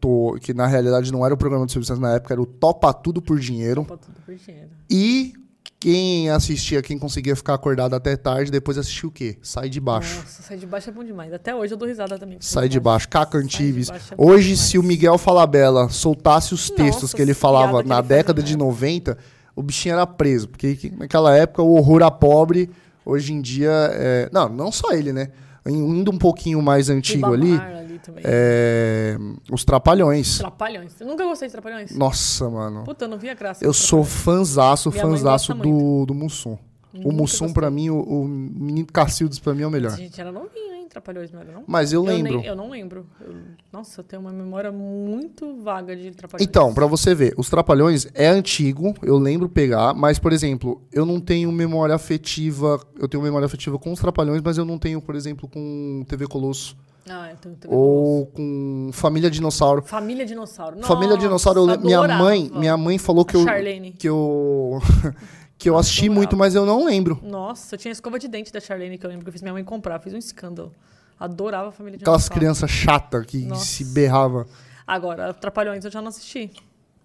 [SPEAKER 2] tô- que na realidade não era o programa do Silvio Santos na época, era o Topa Tudo por Dinheiro.
[SPEAKER 1] pra tudo por dinheiro.
[SPEAKER 2] E quem assistia, quem conseguia ficar acordado até tarde, depois assistia o quê? Sai de baixo.
[SPEAKER 1] Nossa, sai de baixo é bom demais. Até hoje eu dou risada também.
[SPEAKER 2] Sai de baixo, Caca Antives.
[SPEAKER 1] Sai de baixo é bom
[SPEAKER 2] Hoje,
[SPEAKER 1] demais.
[SPEAKER 2] se o Miguel Falabella soltasse os textos
[SPEAKER 1] Nossa,
[SPEAKER 2] que ele
[SPEAKER 1] as piadas
[SPEAKER 2] falava
[SPEAKER 1] que
[SPEAKER 2] na
[SPEAKER 1] ele fazia
[SPEAKER 2] década
[SPEAKER 1] na
[SPEAKER 2] de 90, o bichinho era preso. Porque que- naquela época o horror a pobre, hoje em dia. é- Não, não só ele, né? Indo um pouquinho mais antigo
[SPEAKER 1] Ribamar
[SPEAKER 2] ali,
[SPEAKER 1] ali também.
[SPEAKER 2] é, os Trapalhões.
[SPEAKER 1] Trapalhões. Eu nunca gostei de Trapalhões.
[SPEAKER 2] Nossa, mano.
[SPEAKER 1] Puta, eu não via graça.
[SPEAKER 2] Eu
[SPEAKER 1] de
[SPEAKER 2] sou fanzaço,
[SPEAKER 1] Minha mãe
[SPEAKER 2] fanzaço
[SPEAKER 1] gosta
[SPEAKER 2] do, do Mussum. O
[SPEAKER 1] Nunca
[SPEAKER 2] Mussum, pra mim, o, o menino Cacildes, pra mim é o melhor.
[SPEAKER 1] Trapalhões. Gente, era novinho, hein? Trapalhões, não era não?
[SPEAKER 2] Mas eu lembro.
[SPEAKER 1] nem- eu não lembro. Eu- nossa, eu tenho uma memória muito vaga de Trapalhões.
[SPEAKER 2] Então, pra você ver, os Trapalhões é antigo, eu lembro pegar, mas, por exemplo, eu não tenho memória afetiva, eu tenho memória afetiva com os Trapalhões, mas eu não tenho, por exemplo, com TV Colosso,
[SPEAKER 1] Ah, eu tenho, tenho
[SPEAKER 2] ou com Família Dinossauro.
[SPEAKER 1] Família Dinossauro. Nossa,
[SPEAKER 2] Família Dinossauro, eu lembro, minha
[SPEAKER 1] adorava.
[SPEAKER 2] mãe, minha mãe falou que
[SPEAKER 1] A
[SPEAKER 2] eu
[SPEAKER 1] Charlene.
[SPEAKER 2] que eu que eu assisti muito, mas eu não lembro.
[SPEAKER 1] Nossa, eu tinha escova de dente da Charlene que eu lembro que eu fiz minha mãe comprar. Fiz um escândalo. Adorava a Família
[SPEAKER 2] Aquelas
[SPEAKER 1] Dinossauro.
[SPEAKER 2] crianças chatas que
[SPEAKER 1] Nossa.
[SPEAKER 2] se berrava.
[SPEAKER 1] Agora, Trapalhões eu já não assisti.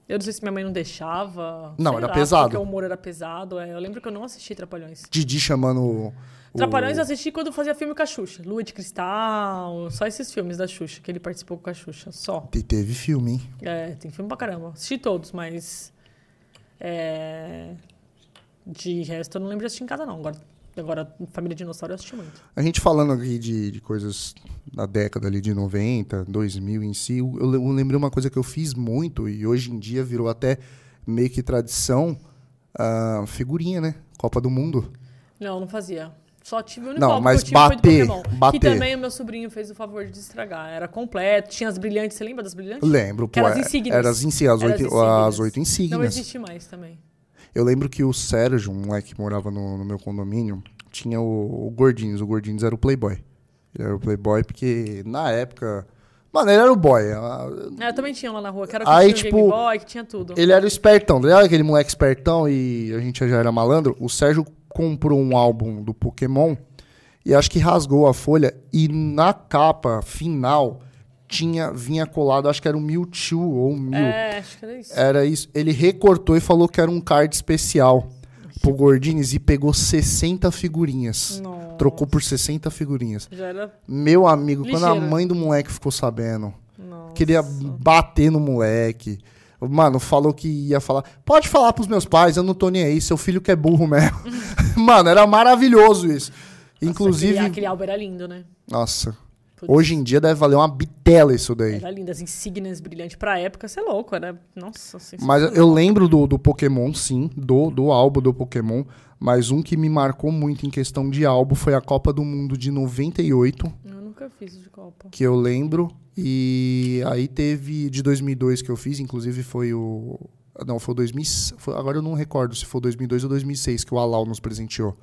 [SPEAKER 1] Eu não sei se minha mãe não deixava.
[SPEAKER 2] Não,
[SPEAKER 1] sei
[SPEAKER 2] era
[SPEAKER 1] lá,
[SPEAKER 2] pesado.
[SPEAKER 1] Porque o humor era pesado. é. Eu lembro que eu não assisti Trapalhões.
[SPEAKER 2] Didi chamando o-
[SPEAKER 1] Trapalhões é eu assisti quando eu fazia filme com a Xuxa. Lua de Cristal, só esses filmes da Xuxa, que ele participou com a Xuxa, só.
[SPEAKER 2] Te- Teve filme, hein?
[SPEAKER 1] É, tem filme pra caramba. Assisti todos, mas... é, De resto, eu não lembro de assistir em casa, não. Agora, agora Família Dinossauro eu assisti muito.
[SPEAKER 2] A gente falando aqui de, de coisas da década ali de 90, 2000 em si, eu, eu lembrei uma coisa que eu fiz muito e hoje em dia virou até meio que tradição, ah, figurinha, né? Copa do Mundo.
[SPEAKER 1] Não, não fazia. Só tive o único
[SPEAKER 2] Não,
[SPEAKER 1] álbum
[SPEAKER 2] mas
[SPEAKER 1] que eu tive foi
[SPEAKER 2] bater,
[SPEAKER 1] do Pokémon.
[SPEAKER 2] bater.
[SPEAKER 1] Que também o meu sobrinho fez o favor de estragar. Era completo, tinha as brilhantes. Você lembra das brilhantes?
[SPEAKER 2] Lembro, pô.
[SPEAKER 1] Que era as
[SPEAKER 2] é-
[SPEAKER 1] insígnias.
[SPEAKER 2] Era as insígnias, as
[SPEAKER 1] Era
[SPEAKER 2] oito,
[SPEAKER 1] insígnias.
[SPEAKER 2] as oito insígnias.
[SPEAKER 1] Não existe mais também.
[SPEAKER 2] Eu lembro que o Sérgio, um moleque que morava no, no meu condomínio, tinha o, o Gordinhos. O Gordinhos era o playboy. Ele era o playboy porque, na época... Mano, ele era o boy. ah,
[SPEAKER 1] É, eu também tinha lá na rua, que era o
[SPEAKER 2] Aí,
[SPEAKER 1] tinha o
[SPEAKER 2] tipo,
[SPEAKER 1] Game Boy, que tinha tudo.
[SPEAKER 2] Ele era o espertão, tá ligado? Aquele moleque espertão e a gente já era malandro. O Sérgio comprou um álbum do Pokémon e acho que rasgou a folha e na capa final tinha vinha colado, acho que era o Mewtwo ou o Mew.
[SPEAKER 1] É, acho que era isso.
[SPEAKER 2] Era isso. Ele recortou e falou que era um card especial pro Gordines e pegou 60 figurinhas.
[SPEAKER 1] Nossa.
[SPEAKER 2] É, Trocou por 60 figurinhas.
[SPEAKER 1] Já era.
[SPEAKER 2] Meu amigo, quando a
[SPEAKER 1] Ligeiro.
[SPEAKER 2] mãe do moleque ficou sabendo,
[SPEAKER 1] Nossa.
[SPEAKER 2] Queria bater no moleque. Mano, falou que ia falar. Pode falar pros meus pais, eu não tô nem aí, seu filho que é burro mesmo. Mano, era maravilhoso isso. Inclusive.
[SPEAKER 1] Aquele, aquele álbum era lindo, né?
[SPEAKER 2] Nossa.
[SPEAKER 1] Putz.
[SPEAKER 2] Hoje em dia deve valer uma bitela isso daí.
[SPEAKER 1] Era lindo, as insígnias brilhantes. Pra época, você é louco, era. Nossa, sensacional.
[SPEAKER 2] Mas eu lembro do, do Pokémon, sim, do, do álbum do Pokémon. Mas um que me marcou muito em questão de álbum foi a Copa do Mundo de 98,
[SPEAKER 1] Eu nunca fiz de Copa.
[SPEAKER 2] que eu lembro. E aí teve de 2002 que eu fiz, inclusive foi o. Não, foi o 2000. foi- agora eu não recordo se foi o 2002 ou 2006 que o Alau nos presenteou.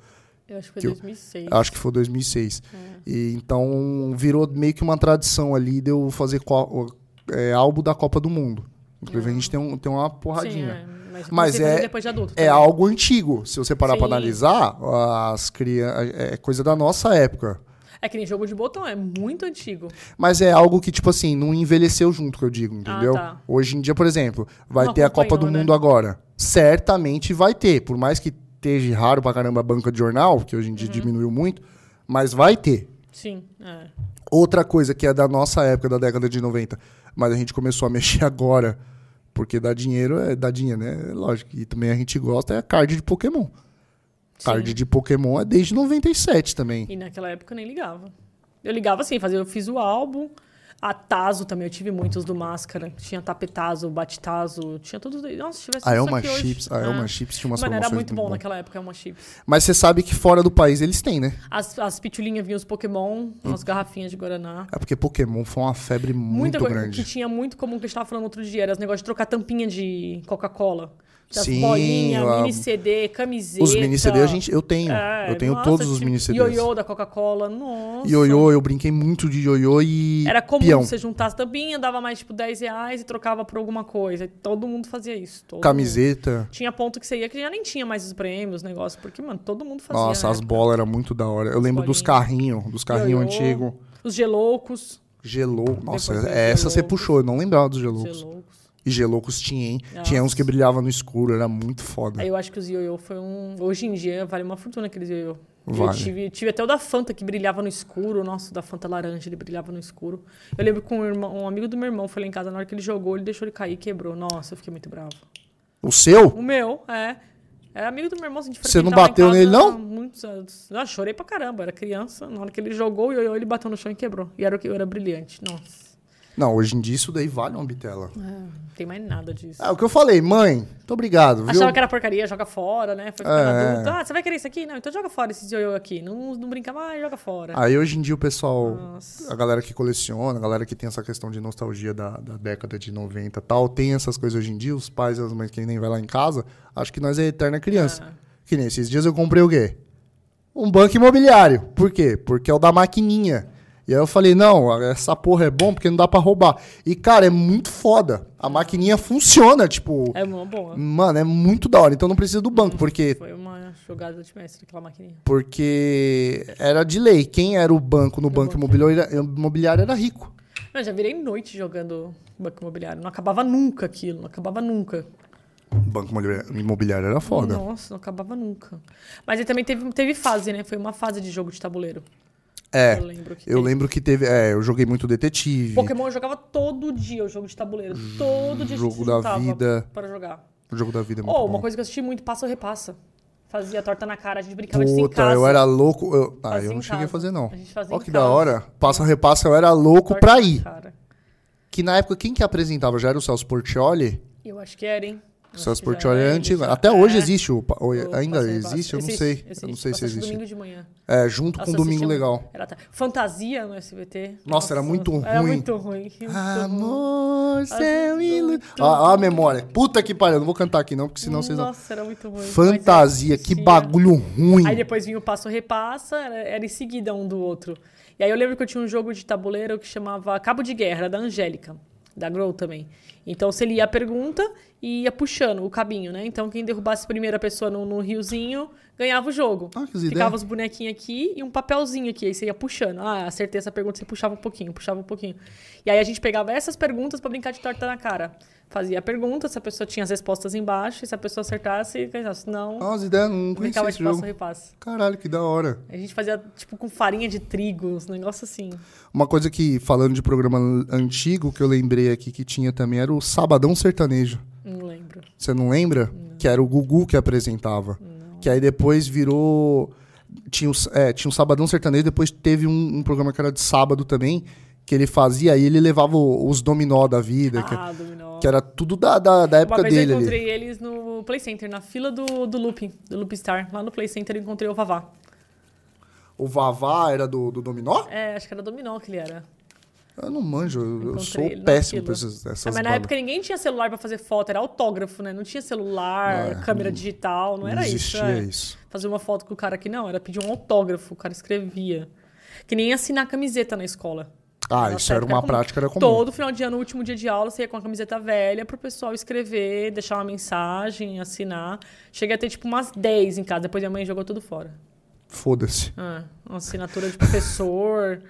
[SPEAKER 1] Eu acho que foi
[SPEAKER 2] Que eu-
[SPEAKER 1] 2006.
[SPEAKER 2] Acho que foi 2006.
[SPEAKER 1] É.
[SPEAKER 2] E, então virou meio que uma tradição ali de eu fazer co- é, álbum da Copa do Mundo. Inclusive a gente tem, um, tem uma
[SPEAKER 1] É. Sim,
[SPEAKER 2] porradinha.
[SPEAKER 1] é, mas eu
[SPEAKER 2] Mas
[SPEAKER 1] comecei a fazer
[SPEAKER 2] é-
[SPEAKER 1] depois de adulto.
[SPEAKER 2] É
[SPEAKER 1] também.
[SPEAKER 2] algo antigo. Se você parar pra
[SPEAKER 1] Sim.
[SPEAKER 2] analisar, as crianças. É coisa da nossa época.
[SPEAKER 1] É que nem jogo de botão, é muito antigo.
[SPEAKER 2] Mas é algo que, tipo assim, não envelheceu junto, que eu digo, entendeu?
[SPEAKER 1] tá.
[SPEAKER 2] Hoje em dia, por exemplo, vai
[SPEAKER 1] Não
[SPEAKER 2] ter a Copa do
[SPEAKER 1] acompanhou, né?
[SPEAKER 2] Mundo agora. Certamente vai ter. Por mais que esteja raro
[SPEAKER 1] Uhum.
[SPEAKER 2] pra caramba a banca de jornal, que hoje em dia diminuiu muito, mas vai ter.
[SPEAKER 1] Sim, é.
[SPEAKER 2] Outra coisa que é da nossa época, da década de 90, mas a gente começou a mexer agora, porque dá dinheiro, é dá dinheiro, né? É Lógico. E também a gente gosta é a card de Pokémon. Card de Pokémon é desde 97 também.
[SPEAKER 1] E naquela época eu nem ligava. Eu ligava assim, fazia, eu fiz o álbum. A Tazo também, eu tive muitos do Máscara. Tinha Tapetazo, Batitazo, tinha todos. Nossa, se tivesse
[SPEAKER 2] A
[SPEAKER 1] isso
[SPEAKER 2] Elma
[SPEAKER 1] aqui hoje-
[SPEAKER 2] Ah, Chips, a
[SPEAKER 1] É.
[SPEAKER 2] Elma Chips tinha umas
[SPEAKER 1] Mano, era
[SPEAKER 2] promoções
[SPEAKER 1] muito bom né?
[SPEAKER 2] boas.
[SPEAKER 1] naquela época, Elma Chips.
[SPEAKER 2] Mas você sabe que fora do país eles têm, né?
[SPEAKER 1] As, as pitulinhas vinham os Pokémon,
[SPEAKER 2] Hum.
[SPEAKER 1] as garrafinhas de Guaraná.
[SPEAKER 2] É porque Pokémon foi uma febre muito
[SPEAKER 1] Muita coisa
[SPEAKER 2] grande.
[SPEAKER 1] que tinha muito comum que a gente tava falando outro dia, era os negócios de trocar tampinha de Coca-Cola. Das
[SPEAKER 2] Sim,
[SPEAKER 1] bolinhas,
[SPEAKER 2] a-
[SPEAKER 1] mini CD, camiseta.
[SPEAKER 2] Os mini CD a gente, eu tenho.
[SPEAKER 1] É,
[SPEAKER 2] eu tenho
[SPEAKER 1] nossa,
[SPEAKER 2] todos os
[SPEAKER 1] tipo,
[SPEAKER 2] mini CDs.
[SPEAKER 1] Ioiô da Coca-Cola, nossa.
[SPEAKER 2] Ioiô, eu brinquei muito de ioiô e
[SPEAKER 1] Era comum
[SPEAKER 2] peão.
[SPEAKER 1] você juntar as tampinhas, dava mais tipo 10 reais e trocava por alguma coisa. Todo mundo fazia isso. todo mundo.
[SPEAKER 2] Camiseta.
[SPEAKER 1] Tinha ponto que você ia que já nem tinha mais os prêmios, negócio, porque, mano, todo mundo fazia.
[SPEAKER 2] Nossa,
[SPEAKER 1] né?
[SPEAKER 2] as bolas eram muito da hora. Eu lembro dos
[SPEAKER 1] bolinhas.
[SPEAKER 2] carrinhos, dos carrinhos
[SPEAKER 1] Ioiô,
[SPEAKER 2] antigos.
[SPEAKER 1] Os geloucos.
[SPEAKER 2] Gelou. Nossa, é,
[SPEAKER 1] Depois veio
[SPEAKER 2] essa você
[SPEAKER 1] Geloucos.
[SPEAKER 2] puxou, eu não lembrava dos geloucos.
[SPEAKER 1] Geloucos.
[SPEAKER 2] E geloucos tinha, hein?
[SPEAKER 1] Nossa.
[SPEAKER 2] Tinha uns que brilhavam no escuro, era muito foda.
[SPEAKER 1] Aí eu acho que os ioiô foi um. Hoje em dia vale uma fortuna aqueles ioiô.
[SPEAKER 2] Vale.
[SPEAKER 1] Eu tive, tive até o da Fanta que brilhava no escuro. Nossa, o da Fanta laranja, ele brilhava no escuro. Eu lembro que um, irmão- um amigo do meu irmão foi lá em casa, na hora que ele jogou, ele deixou ele cair e quebrou. Nossa, eu fiquei muito bravo.
[SPEAKER 2] O seu?
[SPEAKER 1] O meu, é. É amigo do meu irmão, assim, de
[SPEAKER 2] Você não
[SPEAKER 1] frequentar lá em
[SPEAKER 2] bateu
[SPEAKER 1] casa
[SPEAKER 2] nele, não?
[SPEAKER 1] há Muitos anos. Não, chorei pra caramba, era criança. Na hora que ele jogou o ioiô, ele bateu no chão e quebrou. E era o que eu era brilhante. Nossa,
[SPEAKER 2] Não, hoje em dia isso daí vale uma bitela.
[SPEAKER 1] não tem mais nada disso.
[SPEAKER 2] É o que eu falei, mãe, muito obrigado, viu?
[SPEAKER 1] Achava que era porcaria, joga fora, né? Foi ficando
[SPEAKER 2] É.
[SPEAKER 1] adulto. Ah, você vai querer isso aqui? Não, então joga fora esse ioiô aqui. Não, não brinca mais, joga fora.
[SPEAKER 2] Aí hoje em dia o pessoal,
[SPEAKER 1] Nossa.
[SPEAKER 2] a galera que coleciona, a galera que tem essa questão de nostalgia da, da década de 90 e tal, tem essas coisas hoje em dia, os pais e as mães que nem vai lá em casa, acho que nós é eterna criança.
[SPEAKER 1] Ah.
[SPEAKER 2] Que nem esses dias eu comprei o quê? Um banco imobiliário. Por quê? Porque é o da maquininha. E aí eu falei, não, essa porra é bom porque não dá pra roubar. E, cara, é muito foda. A maquininha funciona, tipo...
[SPEAKER 1] É uma boa.
[SPEAKER 2] Mano, é muito da hora. Então não precisa do banco, porque
[SPEAKER 1] Foi uma jogada de mestre aquela maquininha.
[SPEAKER 2] porque era de lei. Quem era o banco no banco imobiliário, imobiliário era rico.
[SPEAKER 1] Não, eu já virei noite jogando banco imobiliário. Não acabava nunca aquilo, não acabava nunca.
[SPEAKER 2] Banco imobiliário- imobiliário era foda.
[SPEAKER 1] Nossa, não acabava nunca. Mas aí também teve, teve fase, né? Foi uma fase de jogo de tabuleiro.
[SPEAKER 2] É.
[SPEAKER 1] Eu lembro que
[SPEAKER 2] Eu
[SPEAKER 1] teve.
[SPEAKER 2] lembro que teve. É, eu joguei muito detetive.
[SPEAKER 1] Pokémon eu jogava todo dia o jogo de tabuleiro. Todo dia a gente
[SPEAKER 2] Jogo
[SPEAKER 1] se
[SPEAKER 2] da
[SPEAKER 1] juntava
[SPEAKER 2] vida.
[SPEAKER 1] Pra jogar.
[SPEAKER 2] O jogo da vida é muito
[SPEAKER 1] Oh,
[SPEAKER 2] bom.
[SPEAKER 1] uma coisa que eu assisti muito, passa ou repassa. Fazia torta na cara, a gente brincava de assim em
[SPEAKER 2] Puta,
[SPEAKER 1] casa.
[SPEAKER 2] eu era louco. Eu... Ah,
[SPEAKER 1] Fazia
[SPEAKER 2] eu não
[SPEAKER 1] em
[SPEAKER 2] cheguei a
[SPEAKER 1] casa.
[SPEAKER 2] fazer, não.
[SPEAKER 1] A gente fazia
[SPEAKER 2] Ó,
[SPEAKER 1] em
[SPEAKER 2] que da
[SPEAKER 1] casa.
[SPEAKER 2] hora. Passa repassa, eu era louco
[SPEAKER 1] Torta
[SPEAKER 2] pra
[SPEAKER 1] na
[SPEAKER 2] ir.
[SPEAKER 1] cara.
[SPEAKER 2] Que na época, quem que apresentava? Já era o Celso Portioli?
[SPEAKER 1] Eu acho que era, hein? Eu
[SPEAKER 2] O
[SPEAKER 1] acho
[SPEAKER 2] Celso
[SPEAKER 1] que já
[SPEAKER 2] Portioli era
[SPEAKER 1] era,
[SPEAKER 2] antigo.
[SPEAKER 1] já
[SPEAKER 2] Até hoje
[SPEAKER 1] é.
[SPEAKER 2] existe o. pa- ou
[SPEAKER 1] Ou
[SPEAKER 2] Ainda
[SPEAKER 1] passa ou repassa.
[SPEAKER 2] existe? Eu não
[SPEAKER 1] Existe,
[SPEAKER 2] sei. Eu não
[SPEAKER 1] existe.
[SPEAKER 2] sei se
[SPEAKER 1] Passava de
[SPEAKER 2] existe.
[SPEAKER 1] domingo de manhã.
[SPEAKER 2] É, junto
[SPEAKER 1] Nossa, eu
[SPEAKER 2] com Domingo
[SPEAKER 1] assistia
[SPEAKER 2] Legal.
[SPEAKER 1] muito. Era ta- Fantasia no SBT.
[SPEAKER 2] Nossa, era muito
[SPEAKER 1] Era
[SPEAKER 2] ruim. Ah,
[SPEAKER 1] muito ruim. muito ruim.
[SPEAKER 2] Amor, seu
[SPEAKER 1] Azul,
[SPEAKER 2] ilu...
[SPEAKER 1] tudo.
[SPEAKER 2] Ó, ó a memória. Puta que pariu, eu não vou cantar aqui não, porque senão vocês não...
[SPEAKER 1] Nossa, era muito ruim.
[SPEAKER 2] Fantasia,
[SPEAKER 1] Mas é eu
[SPEAKER 2] que
[SPEAKER 1] assistia.
[SPEAKER 2] bagulho ruim.
[SPEAKER 1] Aí depois vinha o passo repassa, era, era em seguida um do outro. E aí eu lembro que eu tinha um jogo de tabuleiro que chamava Cabo de Guerra, era da Angélica, da Grow também. Então você lia a pergunta e ia puxando o cabinho, né? Então quem derrubasse primeiro a pessoa no, no riozinho ganhava o jogo.
[SPEAKER 2] Ah, que
[SPEAKER 1] Ficava
[SPEAKER 2] ideia.
[SPEAKER 1] os bonequinhos aqui e um papelzinho aqui, aí você ia puxando. Ah, acertei essa pergunta, você puxava um pouquinho, puxava um pouquinho. E aí a gente pegava essas perguntas pra brincar de torta na cara. Fazia a pergunta, se a pessoa tinha as respostas embaixo, e se a pessoa acertasse, ganhava. Se não,
[SPEAKER 2] Nossa, ideia, não conhecia
[SPEAKER 1] brincava
[SPEAKER 2] Ah, esse
[SPEAKER 1] de passo
[SPEAKER 2] jogo.
[SPEAKER 1] ou repasse.
[SPEAKER 2] Caralho, que da hora.
[SPEAKER 1] A gente fazia, tipo, com farinha de trigo, uns negócios assim.
[SPEAKER 2] Uma coisa que, falando de programa an- antigo, que eu lembrei aqui que tinha também, era o Sabadão Sertanejo.
[SPEAKER 1] Não lembro.
[SPEAKER 2] Você não lembra? Que era o Gugu que apresentava. Que aí depois virou. Tinha o, é, tinha o Sabadão Sertanejo, depois teve um, um programa que era de sábado também, que ele fazia, aí ele levava o- os dominó da vida, que, é
[SPEAKER 1] Ah, dominó.
[SPEAKER 2] que era tudo da, da, da época
[SPEAKER 1] Uma vez
[SPEAKER 2] dele
[SPEAKER 1] eu
[SPEAKER 2] ali.
[SPEAKER 1] encontrei eles no Play Center, na fila do, do Loop, do Loop Star. Lá no Play Center eu encontrei o Vavá.
[SPEAKER 2] O Vavá era do, do dominó?
[SPEAKER 1] É, acho que era dominó que ele era.
[SPEAKER 2] Eu não manjo, eu- eu,
[SPEAKER 1] Encontrei
[SPEAKER 2] sou
[SPEAKER 1] ele na
[SPEAKER 2] péssimo
[SPEAKER 1] fila.
[SPEAKER 2] pra essas, essas
[SPEAKER 1] Ah, mas na
[SPEAKER 2] bandas.
[SPEAKER 1] época ninguém tinha celular pra fazer foto, era autógrafo, né? Não tinha celular,
[SPEAKER 2] Não, é,
[SPEAKER 1] câmera
[SPEAKER 2] não-
[SPEAKER 1] digital, não,
[SPEAKER 2] Não
[SPEAKER 1] era isso.
[SPEAKER 2] existia
[SPEAKER 1] é.
[SPEAKER 2] isso.
[SPEAKER 1] Fazer uma foto com o cara aqui, não, era pedir um autógrafo, o cara escrevia. Que nem assinar camiseta na escola.
[SPEAKER 2] Ah,
[SPEAKER 1] Nossa
[SPEAKER 2] isso era
[SPEAKER 1] época
[SPEAKER 2] uma
[SPEAKER 1] comum.
[SPEAKER 2] prática, era comum.
[SPEAKER 1] Todo final de ano, no último dia de aula, você ia com a camiseta velha pro pessoal escrever, deixar uma mensagem, assinar. Cheguei a ter tipo umas 10 em casa, depois minha mãe jogou tudo fora.
[SPEAKER 2] Foda-se.
[SPEAKER 1] Ah, uma assinatura de professor.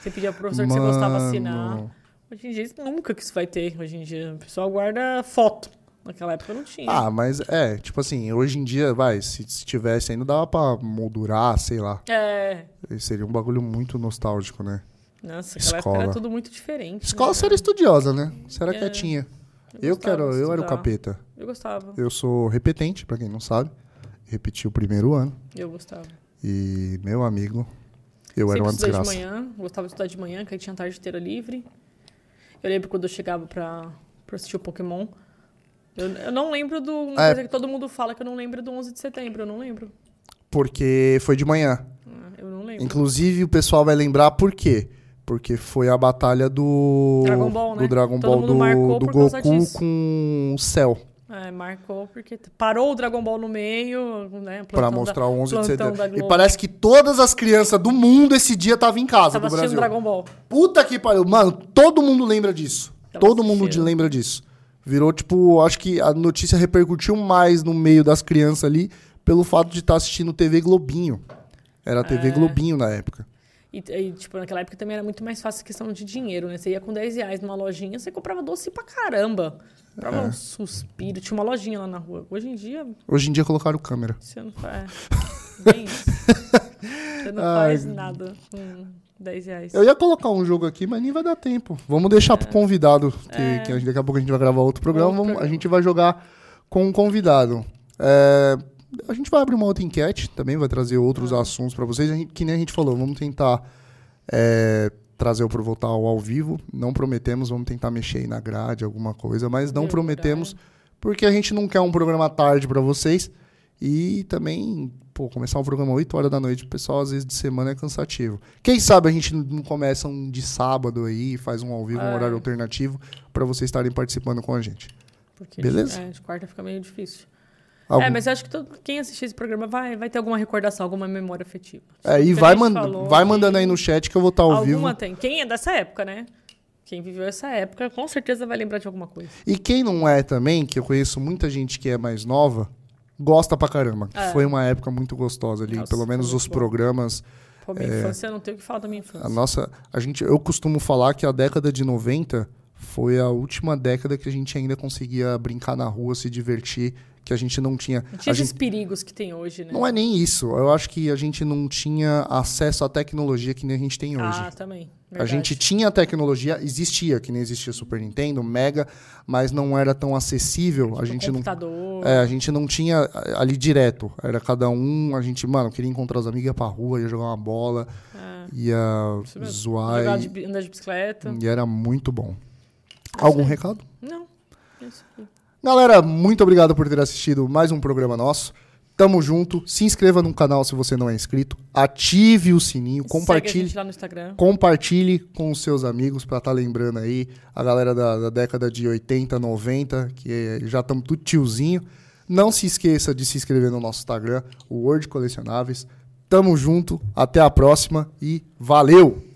[SPEAKER 1] você pedia pro professor que você gostava assinar.
[SPEAKER 2] Mano.
[SPEAKER 1] Hoje em dia, isso- nunca que isso vai ter. Hoje em dia, o pessoal guarda foto. Naquela época não tinha.
[SPEAKER 2] Ah, mas é, tipo assim, hoje em dia, vai, se, se tivesse ainda dava pra moldurar, sei lá.
[SPEAKER 1] É.
[SPEAKER 2] Seria um bagulho muito nostálgico, né?
[SPEAKER 1] Nossa, aquela época
[SPEAKER 2] Escola.
[SPEAKER 1] era tudo muito diferente.
[SPEAKER 2] Escola
[SPEAKER 1] né?
[SPEAKER 2] você era estudiosa, né? Você era
[SPEAKER 1] É.
[SPEAKER 2] quietinha.
[SPEAKER 1] Eu
[SPEAKER 2] Eu,
[SPEAKER 1] gostava
[SPEAKER 2] quero,
[SPEAKER 1] de
[SPEAKER 2] eu era o
[SPEAKER 1] estudar.
[SPEAKER 2] capeta.
[SPEAKER 1] Eu gostava.
[SPEAKER 2] Eu sou repetente, pra quem não sabe. Repeti o primeiro ano.
[SPEAKER 1] Eu gostava.
[SPEAKER 2] E, meu amigo, eu
[SPEAKER 1] Sempre
[SPEAKER 2] era uma
[SPEAKER 1] estudei
[SPEAKER 2] desgraça.
[SPEAKER 1] de manhã, gostava de estudar de manhã, que aí tinha a tarde inteira livre. Eu lembro quando eu chegava pra, pra assistir o Pokémon. Eu, eu não lembro do. Uma
[SPEAKER 2] Ah, é.
[SPEAKER 1] coisa que todo mundo fala que eu não lembro do 11 de setembro. Eu não lembro.
[SPEAKER 2] Porque foi de manhã.
[SPEAKER 1] Ah, Eu não lembro.
[SPEAKER 2] Inclusive, o pessoal vai lembrar por quê. Porque foi a batalha do
[SPEAKER 1] Dragon Ball, né?
[SPEAKER 2] do, Dragon
[SPEAKER 1] Todo
[SPEAKER 2] Ball
[SPEAKER 1] mundo marcou
[SPEAKER 2] do, do
[SPEAKER 1] por causa
[SPEAKER 2] Goku
[SPEAKER 1] disso.
[SPEAKER 2] com o Cell.
[SPEAKER 1] É, marcou porque t- parou o Dragon Ball no meio, né?
[SPEAKER 2] Pra
[SPEAKER 1] plantão da-
[SPEAKER 2] mostrar o 11 de
[SPEAKER 1] plantão da
[SPEAKER 2] setembro. E
[SPEAKER 1] Globo.
[SPEAKER 2] parece que todas as crianças do mundo esse dia tava em casa
[SPEAKER 1] Tava
[SPEAKER 2] do
[SPEAKER 1] assistindo
[SPEAKER 2] Brasil.
[SPEAKER 1] Dragon Ball.
[SPEAKER 2] Puta que pariu. Mano, todo mundo lembra disso.
[SPEAKER 1] Tava
[SPEAKER 2] todo mundo
[SPEAKER 1] assistindo.
[SPEAKER 2] lembra disso. Virou, tipo, acho que a notícia repercutiu mais no meio das crianças ali pelo fato de estar assistindo TV Globinho. Era
[SPEAKER 1] É.
[SPEAKER 2] a TV Globinho na época.
[SPEAKER 1] E, e, tipo, naquela época também era muito mais fácil a questão de dinheiro, né? Você ia com 10 reais numa lojinha, você comprava doce pra caramba.
[SPEAKER 2] É.
[SPEAKER 1] Comprava um suspiro. Tinha uma lojinha lá na rua. Hoje em dia,
[SPEAKER 2] Hoje em dia colocaram câmera.
[SPEAKER 1] você não faz. Nem isso. Você não
[SPEAKER 2] Ai.
[SPEAKER 1] faz nada com 10 reais.
[SPEAKER 2] Eu ia colocar um jogo aqui, mas nem vai dar tempo. Vamos deixar pro convidado, que, que a gente- daqui a pouco a gente vai gravar outro
[SPEAKER 1] É.
[SPEAKER 2] programa.
[SPEAKER 1] Outro
[SPEAKER 2] Vamos- A
[SPEAKER 1] programa.
[SPEAKER 2] gente vai jogar com um convidado. É, a gente vai abrir uma outra enquete também, vai trazer
[SPEAKER 1] Ah.
[SPEAKER 2] outros assuntos pra vocês. A gente- que nem a gente falou, vamos tentar é, trazer o Pro Voltar ao, ao vivo. Não prometemos, vamos tentar mexer aí na grade, alguma coisa, mas não
[SPEAKER 1] Ver o
[SPEAKER 2] prometemos, porque a gente não quer um programa à tarde pra vocês. E também, pô, começar um programa 8 horas da noite, o pessoal, às vezes de semana é cansativo. Quem sabe a gente não começa um de sábado aí, faz um ao vivo, um
[SPEAKER 1] É.
[SPEAKER 2] horário alternativo, pra vocês estarem participando com a gente.
[SPEAKER 1] Porque
[SPEAKER 2] Beleza.
[SPEAKER 1] De, é, de quarta fica meio difícil.
[SPEAKER 2] Algum-
[SPEAKER 1] É, mas eu acho que todo, quem assistir esse programa vai, vai ter alguma recordação, alguma memória afetiva.
[SPEAKER 2] É, e
[SPEAKER 1] Feliz
[SPEAKER 2] vai, manda-
[SPEAKER 1] falou
[SPEAKER 2] vai
[SPEAKER 1] que-
[SPEAKER 2] mandando aí no chat que eu vou estar ao
[SPEAKER 1] alguma
[SPEAKER 2] vivo.
[SPEAKER 1] tem. Quem é dessa época, né? Quem viveu essa época, com certeza vai lembrar de alguma coisa.
[SPEAKER 2] E quem não é também, que eu conheço muita gente que é mais nova, gosta pra caramba.
[SPEAKER 1] É.
[SPEAKER 2] Foi uma época muito gostosa ali,
[SPEAKER 1] Nossa,
[SPEAKER 2] pelo menos
[SPEAKER 1] foi
[SPEAKER 2] os
[SPEAKER 1] muito bom.
[SPEAKER 2] programas.
[SPEAKER 1] Pô, minha infância, eu não tenho o que falar da minha infância.
[SPEAKER 2] É. A nossa, a gente, eu costumo falar que a década de 90 foi a última década que a gente ainda conseguia brincar na rua, se divertir, que a gente não tinha.
[SPEAKER 1] Não
[SPEAKER 2] a
[SPEAKER 1] tinha
[SPEAKER 2] gente-
[SPEAKER 1] esses perigos que tem hoje, né?
[SPEAKER 2] não é nem isso. Eu acho que a gente não tinha acesso à tecnologia que nem a gente tem hoje.
[SPEAKER 1] Ah, também.
[SPEAKER 2] A gente tinha a tecnologia, existia, que nem existia Super Nintendo, Mega, mas não era tão acessível. A gente
[SPEAKER 1] Tipo
[SPEAKER 2] não,
[SPEAKER 1] computador.
[SPEAKER 2] é, a gente não tinha ali direto. Era cada um, a gente, mano, queria encontrar os amigos, ia pra rua, ia jogar uma bola,
[SPEAKER 1] É.
[SPEAKER 2] ia
[SPEAKER 1] Isso mesmo. Jogar
[SPEAKER 2] zoar.
[SPEAKER 1] de,
[SPEAKER 2] E,
[SPEAKER 1] bi- andar de bicicleta.
[SPEAKER 2] e era muito bom. Algum
[SPEAKER 1] aí.
[SPEAKER 2] recado?
[SPEAKER 1] Não. Isso aqui.
[SPEAKER 2] Galera, muito obrigado por ter assistido mais um programa nosso. Tamo junto. Se inscreva no canal se você não é inscrito. Ative o sininho,
[SPEAKER 1] Segue a
[SPEAKER 2] compartilhe.
[SPEAKER 1] gente lá no Instagram.
[SPEAKER 2] Compartilhe com os seus amigos pra estar lembrando aí a galera da, da década de 80, 90, que eh, já estamos tudo tiozinho. Não se esqueça de se inscrever no nosso Instagram, o Word Colecionáveis. Tamo junto, até a próxima e valeu!